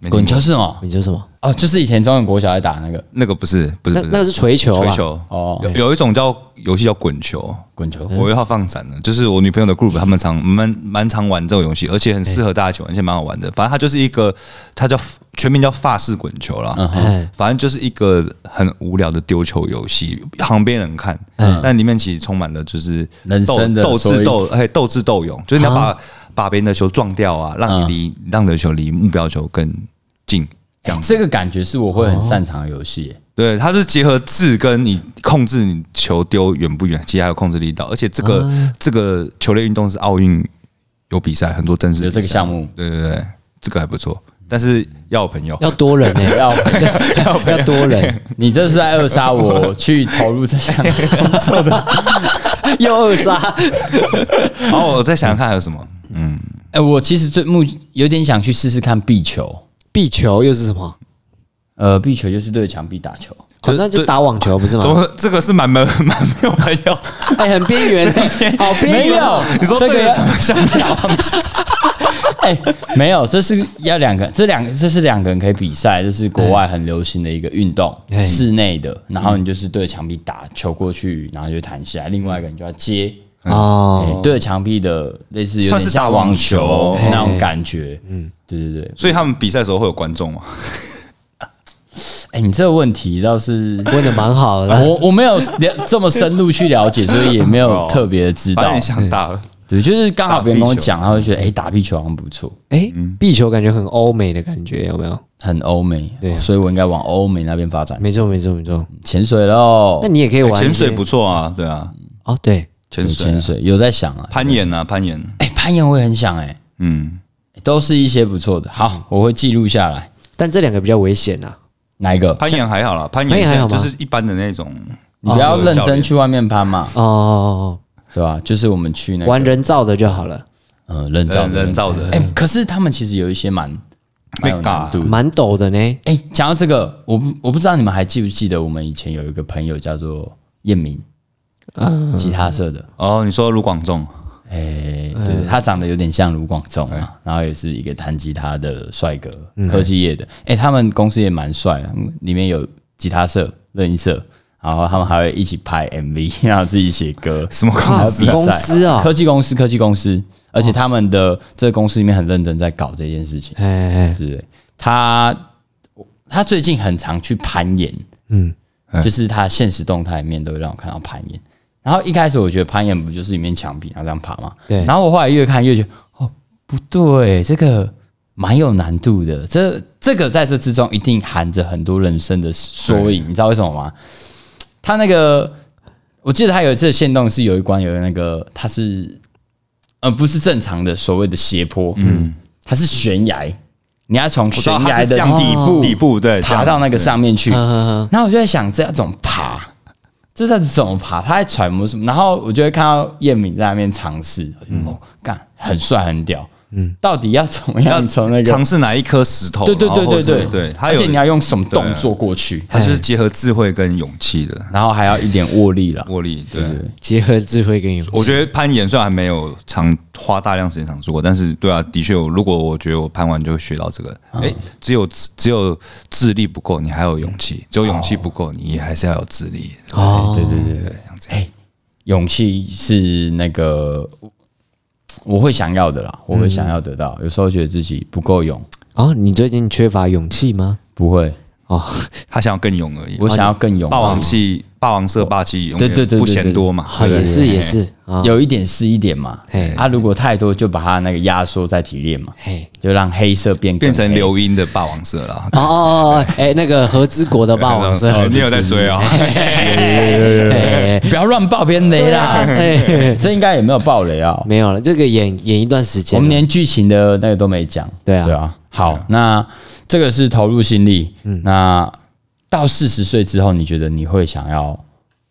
Speaker 4: 没听过
Speaker 2: 滚球是吗？
Speaker 3: 你说什么？
Speaker 2: 哦，就是以前中文国小在打那个
Speaker 4: 那个不是不是
Speaker 3: 那
Speaker 4: 不是
Speaker 3: 那个是锤球啊
Speaker 4: 锤
Speaker 3: 吧？
Speaker 4: 球
Speaker 2: 哦
Speaker 4: 有有一种叫游戏叫滚球，
Speaker 2: 滚球，
Speaker 3: 嗯
Speaker 4: 我又要放闪了。就是我女朋友的 group 他们常蛮蛮常玩这种游戏，而且很适合大家一起玩，而且蛮好玩的。反正它就是一个，它叫全名叫法式滚球啦。
Speaker 2: 嗯
Speaker 3: 哎，
Speaker 4: 反正就是一个很无聊的丢球游戏，旁边人看，但里面其实充满了就是
Speaker 2: 嗯人
Speaker 4: 斗
Speaker 2: 生的
Speaker 4: 斗
Speaker 2: 所
Speaker 4: 智
Speaker 2: 以啊
Speaker 4: 斗，哎，斗智斗勇，就是你要把把别人的球撞掉啊，让
Speaker 2: 嗯
Speaker 4: 你离让你的球离目标球更近，这样子。
Speaker 2: 这个感觉是我会
Speaker 3: 哦
Speaker 2: 很擅长的游戏耶。
Speaker 4: 对，它是结合智跟你控制你球丢远不远，其实还有控制力道，而且这个、这个球类运动是奥运有比赛，很多正式
Speaker 2: 有这个
Speaker 4: 比赛
Speaker 2: 项目
Speaker 4: 对对对，这个还不错，但是要有朋友。
Speaker 3: 要多人 呢，
Speaker 2: 要，
Speaker 3: 要多人，
Speaker 2: 你这是在扼杀我去投入这项工作的。
Speaker 3: 又二杀。
Speaker 4: 然后哦我再想想看还有什么，嗯，
Speaker 2: 哎，我其实最目有点想去试试看壁球，
Speaker 3: 壁球又是什么？
Speaker 2: 呃，壁球就是对着墙壁打球。
Speaker 3: 哦那就打网球不是
Speaker 4: 怎
Speaker 3: 吗？
Speaker 4: 么这个是蛮没蛮没有朋友？
Speaker 3: 哎，很边缘欸，好边
Speaker 2: 没有
Speaker 3: 缘哦。，
Speaker 4: 你说这
Speaker 2: 这
Speaker 4: 个
Speaker 2: 个
Speaker 4: 想想打棒球，
Speaker 2: 哎，没有，这是要两个，这两这是两个人可以比赛，这是国外很流行的一个运动
Speaker 3: 哎，
Speaker 2: 室内的，然后你就是对着墙壁打球过去，然后就弹下来，另外一个人就要接。
Speaker 3: 哦，。
Speaker 2: 欸对着墙壁的类似有
Speaker 4: 算
Speaker 2: 点
Speaker 4: 是
Speaker 2: 像
Speaker 4: 打
Speaker 2: 网
Speaker 4: 网
Speaker 2: 球
Speaker 4: 球
Speaker 2: 那种感觉。嗯，对对对。
Speaker 4: 所以他们比赛的时候会有观众吗？
Speaker 2: 哎、你这个问题倒是
Speaker 3: 问的蛮好的。
Speaker 2: 我我没有了这么深入去了解，所以也没有特别知
Speaker 4: 哦反
Speaker 2: 道
Speaker 4: 哎正你。想打了，
Speaker 2: 对，就是刚好别人跟我
Speaker 4: 打壁球
Speaker 2: 讲，他会觉得哎、打壁球好像不错，
Speaker 3: 哎，壁球感觉很欧美的感觉，有没有？
Speaker 2: 很欧美，
Speaker 3: 对啊
Speaker 2: 所以我应该往欧美那边发展。
Speaker 3: 没错，没错，没错。
Speaker 2: 潜水喽
Speaker 3: 那，你也可以玩一
Speaker 4: 潜
Speaker 3: 些
Speaker 4: 水不错啊，对啊，
Speaker 3: 哦，对，
Speaker 4: 潜
Speaker 2: 对
Speaker 4: 水啊、
Speaker 2: 潜水有在想啊，
Speaker 4: 攀岩啊，攀岩，
Speaker 2: 哎、攀岩我也很想哎、
Speaker 4: 嗯，
Speaker 2: 都是一些不错的。好，我会记录下来。
Speaker 3: 但这两个比较危险呐。啊
Speaker 2: 哪一个？
Speaker 4: 攀岩还好啦，攀
Speaker 3: 攀岩还好
Speaker 4: 岩
Speaker 3: 吗
Speaker 4: 就是一般的那种，
Speaker 2: 你不要认真去外面攀嘛，
Speaker 3: 哦，
Speaker 2: 对吧？就是我们去那
Speaker 3: 玩
Speaker 2: 个
Speaker 3: 人造的就好了，
Speaker 2: 呃人造
Speaker 4: 人
Speaker 2: 的
Speaker 4: 人。造的
Speaker 2: 哎，可是他们其实有一些蛮蛮有难
Speaker 4: 啊
Speaker 2: 度的。
Speaker 3: 蛮陡的呢。
Speaker 2: 哎，讲到这个，我不我不知道你们还记不记得我们以前有一个朋友叫做燕明，吉他社的。
Speaker 4: 哦，你说卢广仲，
Speaker 2: 哎、对，他长得有点像卢广仲啊，然后也是一个弹吉他的帅哥，科技业的。哎、他们公司也蛮帅的，他们里面有吉他社、乐音社，然后他们还会一起拍 MV，然后 自己写歌，
Speaker 4: 什 么
Speaker 2: 还
Speaker 4: 公
Speaker 2: 有
Speaker 4: 司
Speaker 2: 比
Speaker 4: 啊？
Speaker 2: 赛。
Speaker 3: 公司啊
Speaker 2: 科技公司，科技公司，而且他们的这个公司里面很认真在搞这件事情。
Speaker 3: 哎哎，
Speaker 2: 对不对？他他最近很常去攀岩，嗯，就是他现实动态里面都会让我看到攀岩。然后一开始我觉得攀岩不就是一面墙壁，然后这样爬嘛，
Speaker 3: 对
Speaker 2: 然后我后来越看越觉得，哦，不对，这个蛮有难度的。这这个在这之中一定含着很多人生的缩影，你知道为什么吗？他那个，我记得他有一次的限动是有一关有那个，他是呃不是正常的所谓的斜坡，嗯，它是悬崖，你要从
Speaker 4: 我知道
Speaker 2: 悬
Speaker 4: 他
Speaker 2: 崖
Speaker 4: 是哦
Speaker 2: 的
Speaker 4: 降底部，底部对，
Speaker 2: 哦爬
Speaker 4: 降
Speaker 2: 到那个上面去。
Speaker 3: 嗯嗯
Speaker 2: 然后我就在想，这要怎么爬？这要怎么爬？他在揣摩什么？然后我就会看到叶敏在那边尝试，
Speaker 4: 嗯
Speaker 2: 哦，干，很帅很屌，嗯，到底要怎么样
Speaker 4: 要
Speaker 2: 从那个
Speaker 4: 尝？试哪一颗石头，
Speaker 2: 对对
Speaker 4: 然后
Speaker 2: 对
Speaker 4: 或
Speaker 2: 对
Speaker 4: 者
Speaker 2: 对
Speaker 4: 是对，它
Speaker 2: 而且你
Speaker 4: 有，
Speaker 2: 要用什么动作过去？
Speaker 4: 它就是结合智慧跟勇气的
Speaker 2: 然后还要一点握力了。
Speaker 4: 握力，对。
Speaker 3: 嗯，结合智慧跟勇气。
Speaker 4: 我觉得攀岩虽然还没有常花大量时间尝试过，但是对啊，的确有。如果我觉得我攀完就会学到这个，
Speaker 2: 嗯
Speaker 4: 哎、只有只有智力不够，你还有勇气；只有勇气不够，你也还是要有智力。
Speaker 3: 哦，
Speaker 2: 对对对对，
Speaker 4: 这样子，
Speaker 2: 勇气是那个我会想要的啦，
Speaker 4: 嗯
Speaker 2: 我会想要得到。有时候觉得自己不够勇，
Speaker 3: 哦，你最近缺乏勇气吗？
Speaker 2: 不会，
Speaker 3: 哦，
Speaker 4: 他想要更勇而已。
Speaker 2: 我想要更勇。
Speaker 4: 霸王气、霸王色、霸气，永
Speaker 2: 对对对
Speaker 4: 远
Speaker 2: 对
Speaker 4: 不嫌多嘛。
Speaker 3: 好，
Speaker 4: 对
Speaker 3: 也
Speaker 4: 不对
Speaker 3: 是也，是啊，
Speaker 2: 有一点是一点嘛
Speaker 3: 嘿，
Speaker 2: 啊，如果太多就把它那个压缩在提炼嘛，
Speaker 3: 嘿，
Speaker 2: 就让黑色变更
Speaker 4: 变成
Speaker 2: 黑
Speaker 4: 流音的霸王色啦。
Speaker 3: 哦哦哦哦，哎，那个和之国的霸王 色，
Speaker 4: 哦你有在追啊？
Speaker 3: 哎
Speaker 2: 不要乱爆别人雷啦，
Speaker 4: 啊
Speaker 3: 哎，
Speaker 2: 这应该也没有爆雷啊，
Speaker 3: 没有了，这个演演一段时间
Speaker 2: 我
Speaker 3: 了，
Speaker 2: 们连剧情的那个都没讲。
Speaker 3: 对啊
Speaker 2: 对啊。好，那这个是投入心力。
Speaker 3: 嗯
Speaker 2: 那到四十岁之后，你觉得你会想要，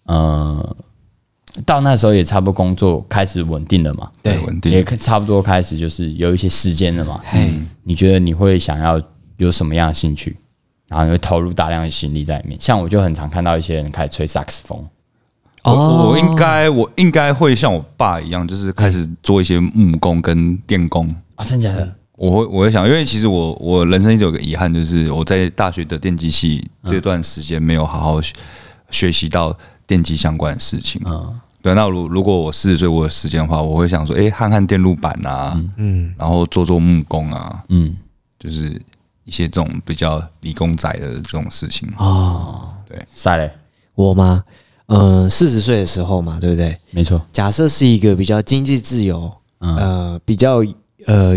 Speaker 2: 呃，到那时候也差不多工作开始稳定了嘛？
Speaker 3: 对
Speaker 4: 稳
Speaker 2: 也
Speaker 4: 定。
Speaker 2: 差不多开始就是有一些时间了嘛。嗯
Speaker 3: 嘿
Speaker 2: 你觉得你会想要有什么样的兴趣？然后你会投入大量的心力在里面。像我就很常看到一些人开始吹萨克斯风，
Speaker 4: 我
Speaker 3: 哦
Speaker 4: 我应该我应该会像我爸一样，就是开始做一些木工跟电工。
Speaker 3: 哦
Speaker 2: 啊，真假的？
Speaker 4: 我会我会想，因为其实我我人生一直有个遗憾，就是我在大学的电机系这段时间没有好好学学习到电机相关的事情。嗯，对。那如如果我四十岁我有时间的话，我会想说，诶，焊焊电路板啊，嗯，然后做做木工啊，
Speaker 2: 嗯，
Speaker 4: 就是一些这种比较理工仔的这种事情。
Speaker 2: 晒嘞，
Speaker 3: 我吗？嗯，四十岁的时候嘛，对不对？
Speaker 2: 没错，
Speaker 3: 假设是一个比较经济自由，呃，比较呃，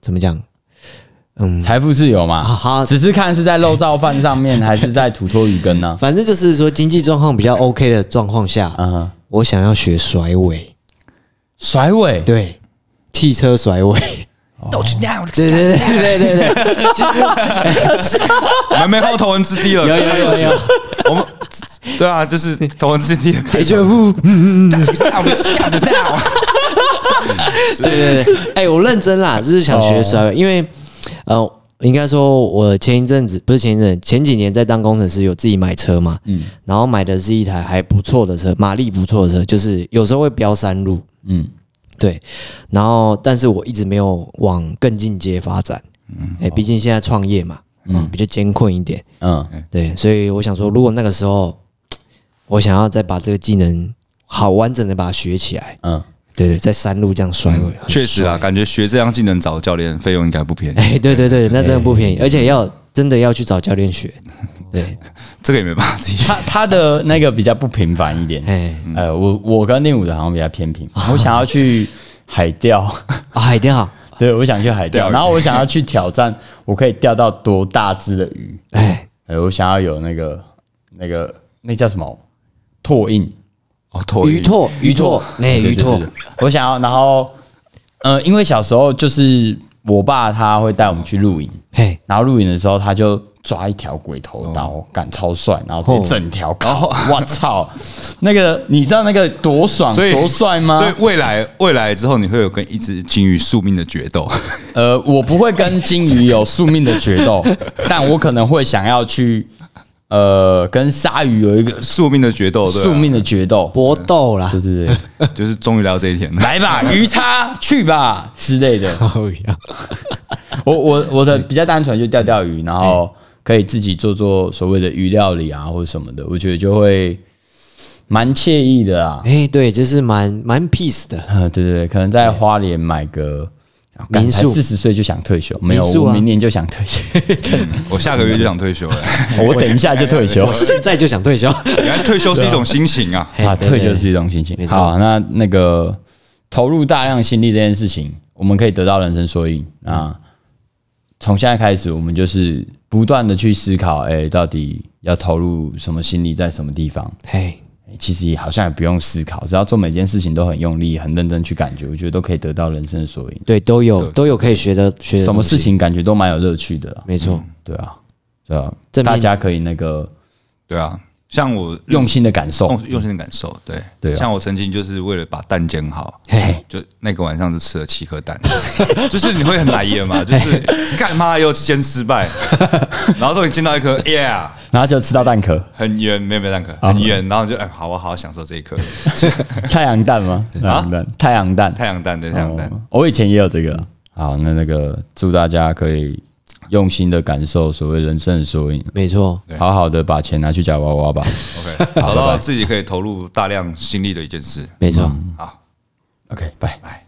Speaker 3: 怎么讲？
Speaker 2: 嗯财富自由嘛。
Speaker 3: 啊好
Speaker 2: 只是看是在肉燥饭上面，还是在土托鱼羹 呢、
Speaker 3: 反正就是说经济状况比较 OK 的状况下，
Speaker 2: 嗯，
Speaker 3: 我想要学甩尾，
Speaker 2: 甩尾，
Speaker 3: 对，汽车甩尾，
Speaker 4: 都去哦那，
Speaker 3: 对对对对对对，
Speaker 4: 我们 没有头文字 D 了。
Speaker 3: 有有有有，
Speaker 4: 我们对啊，就是头文字 D 的感
Speaker 3: 的
Speaker 4: 觉。
Speaker 3: 确不，
Speaker 4: 我们干不到。
Speaker 3: 对对对，哎、我认真啦，就是想学甩尾，因为呃，应该说我前一阵子不是前一阵子，前几年在当工程师，有自己买车嘛，嗯，然后买的是一台还不错的车，马力不错的车，就是有时候会飙山路，
Speaker 2: 嗯，
Speaker 3: 对，然后但是我一直没有往更进阶发展，嗯，哎、毕竟现在创业嘛，嗯，比较艰困一点，
Speaker 2: 嗯，
Speaker 3: 对，所以我想说，如果那个时候我想要再把这个技能好完整的把它学起来，
Speaker 2: 嗯，
Speaker 3: 对对，在山路这样甩尾，很
Speaker 4: 确实啊，感觉学这项技能找教练费用应该不便宜，
Speaker 3: 哎，对对对，那真的不便
Speaker 2: 哎
Speaker 3: 宜，而且要真的要去找教练 学。对，
Speaker 4: 这个也没办法自己。
Speaker 2: 他他的那个比较不平凡一点。
Speaker 3: 哎，
Speaker 2: 呃，我我跟令武的好像比较偏平凡，我想要去海钓，
Speaker 3: 啊，海淀好，
Speaker 2: 对我想去海钓，
Speaker 4: 钓鱼
Speaker 2: 然后我想要去挑战，我可以钓到多大只的鱼？
Speaker 3: 哎，
Speaker 2: 呃，我想要有那个那个那叫什么拓印
Speaker 4: 哦，头
Speaker 3: 鱼拓，鱼拓，哎，
Speaker 2: 对
Speaker 3: 鱼拓
Speaker 2: 对，对我想要，然后呃，因为小时候就是我爸他会带我们去露营，
Speaker 3: 嘿，
Speaker 2: 然后露营的时候，他就抓一条鬼头
Speaker 4: 哦
Speaker 2: 刀，干超帅，然后直接整条 烤，我操！那个你知道那个多爽
Speaker 4: 所以
Speaker 2: 多帅吗
Speaker 4: 所？以未来未来之后，你会有跟一只金鱼宿命的决 斗。
Speaker 2: 呃，我不会跟金鱼有宿命的决斗， 但我可能会想要去呃跟鲨鱼有一个
Speaker 4: 宿命的决斗，哦对啊
Speaker 2: 宿命的决斗，
Speaker 3: 搏斗啦
Speaker 2: 对，对对，
Speaker 4: 就是终于来到这一 天了。
Speaker 2: 来吧，鱼叉去吧之类的。
Speaker 3: 靠呀
Speaker 2: 我我我的比较单纯，就钓钓鱼，然
Speaker 3: 嗯
Speaker 2: 后可以自己做做所谓的鱼料理啊，或者什么的，我觉得就会蛮惬意的啊。
Speaker 3: 哎，对，就是蛮蛮 peace 的，
Speaker 2: 呃，对对对，可能在花莲买个。
Speaker 3: 民宿
Speaker 2: 四十岁就想退休，没有，
Speaker 3: 民宿
Speaker 2: 我
Speaker 3: 啊
Speaker 2: 明年就想退 休，
Speaker 4: 我下个月就想退休了。
Speaker 2: 我等一下就退休
Speaker 3: 现在就想退休。
Speaker 4: 原来退休是一种心情啊！
Speaker 3: 嘿
Speaker 2: 啊！
Speaker 3: 对
Speaker 2: 退
Speaker 3: 对
Speaker 2: 休是一种心情。
Speaker 3: 没错
Speaker 2: 好，那那个投入大量心力这件事情，我们可以得到人生缩影啊。从现在开始，我们就是不断的去思考，哎、到底要投入什么心力在什么地方？
Speaker 3: 嘿，
Speaker 2: 哎其实也好像也不用思考，只要做每件事情都很用力、很认真去感觉，我觉得都可以得到人生的缩影。
Speaker 3: 对，都有都有可以学的学的
Speaker 2: 什么
Speaker 3: 东西
Speaker 2: 事？情感觉都蛮有乐趣的啦。
Speaker 3: 没错，
Speaker 2: 对啊，对啊，
Speaker 3: 正面
Speaker 2: 大家可以那个
Speaker 4: 对啊，像我
Speaker 2: 用心的感受，
Speaker 3: 哦
Speaker 4: 用用心的感受，对
Speaker 2: 对啊
Speaker 4: 像我曾经就是为了把蛋煎好，
Speaker 2: 嗯
Speaker 3: 嘿，
Speaker 4: 就那个晚上就吃了七颗蛋， 就是你会很来噎 嘛，就是干嘛又煎失败，然后终于煎到一颗，yeah，
Speaker 2: 然后就吃到蛋 壳，
Speaker 4: 很圆，没有没有蛋壳，
Speaker 2: 啊
Speaker 4: 很圆，然后就哎，好，我好好享受这一颗
Speaker 2: 太阳蛋吗？太
Speaker 3: 啊
Speaker 2: 阳蛋，太阳蛋，
Speaker 4: 太阳蛋，对太阳蛋，
Speaker 2: 哦我以前也有这个。好，那那个祝大家可以用心的感受所谓人生的缩影，
Speaker 3: 没错，
Speaker 4: 对
Speaker 2: 好好的把钱拿去夹娃娃吧。
Speaker 4: OK，找到自己可以投入大量心力的一件事。
Speaker 2: 嗯
Speaker 3: 没错。
Speaker 4: 好，
Speaker 2: OK，拜。
Speaker 4: 来。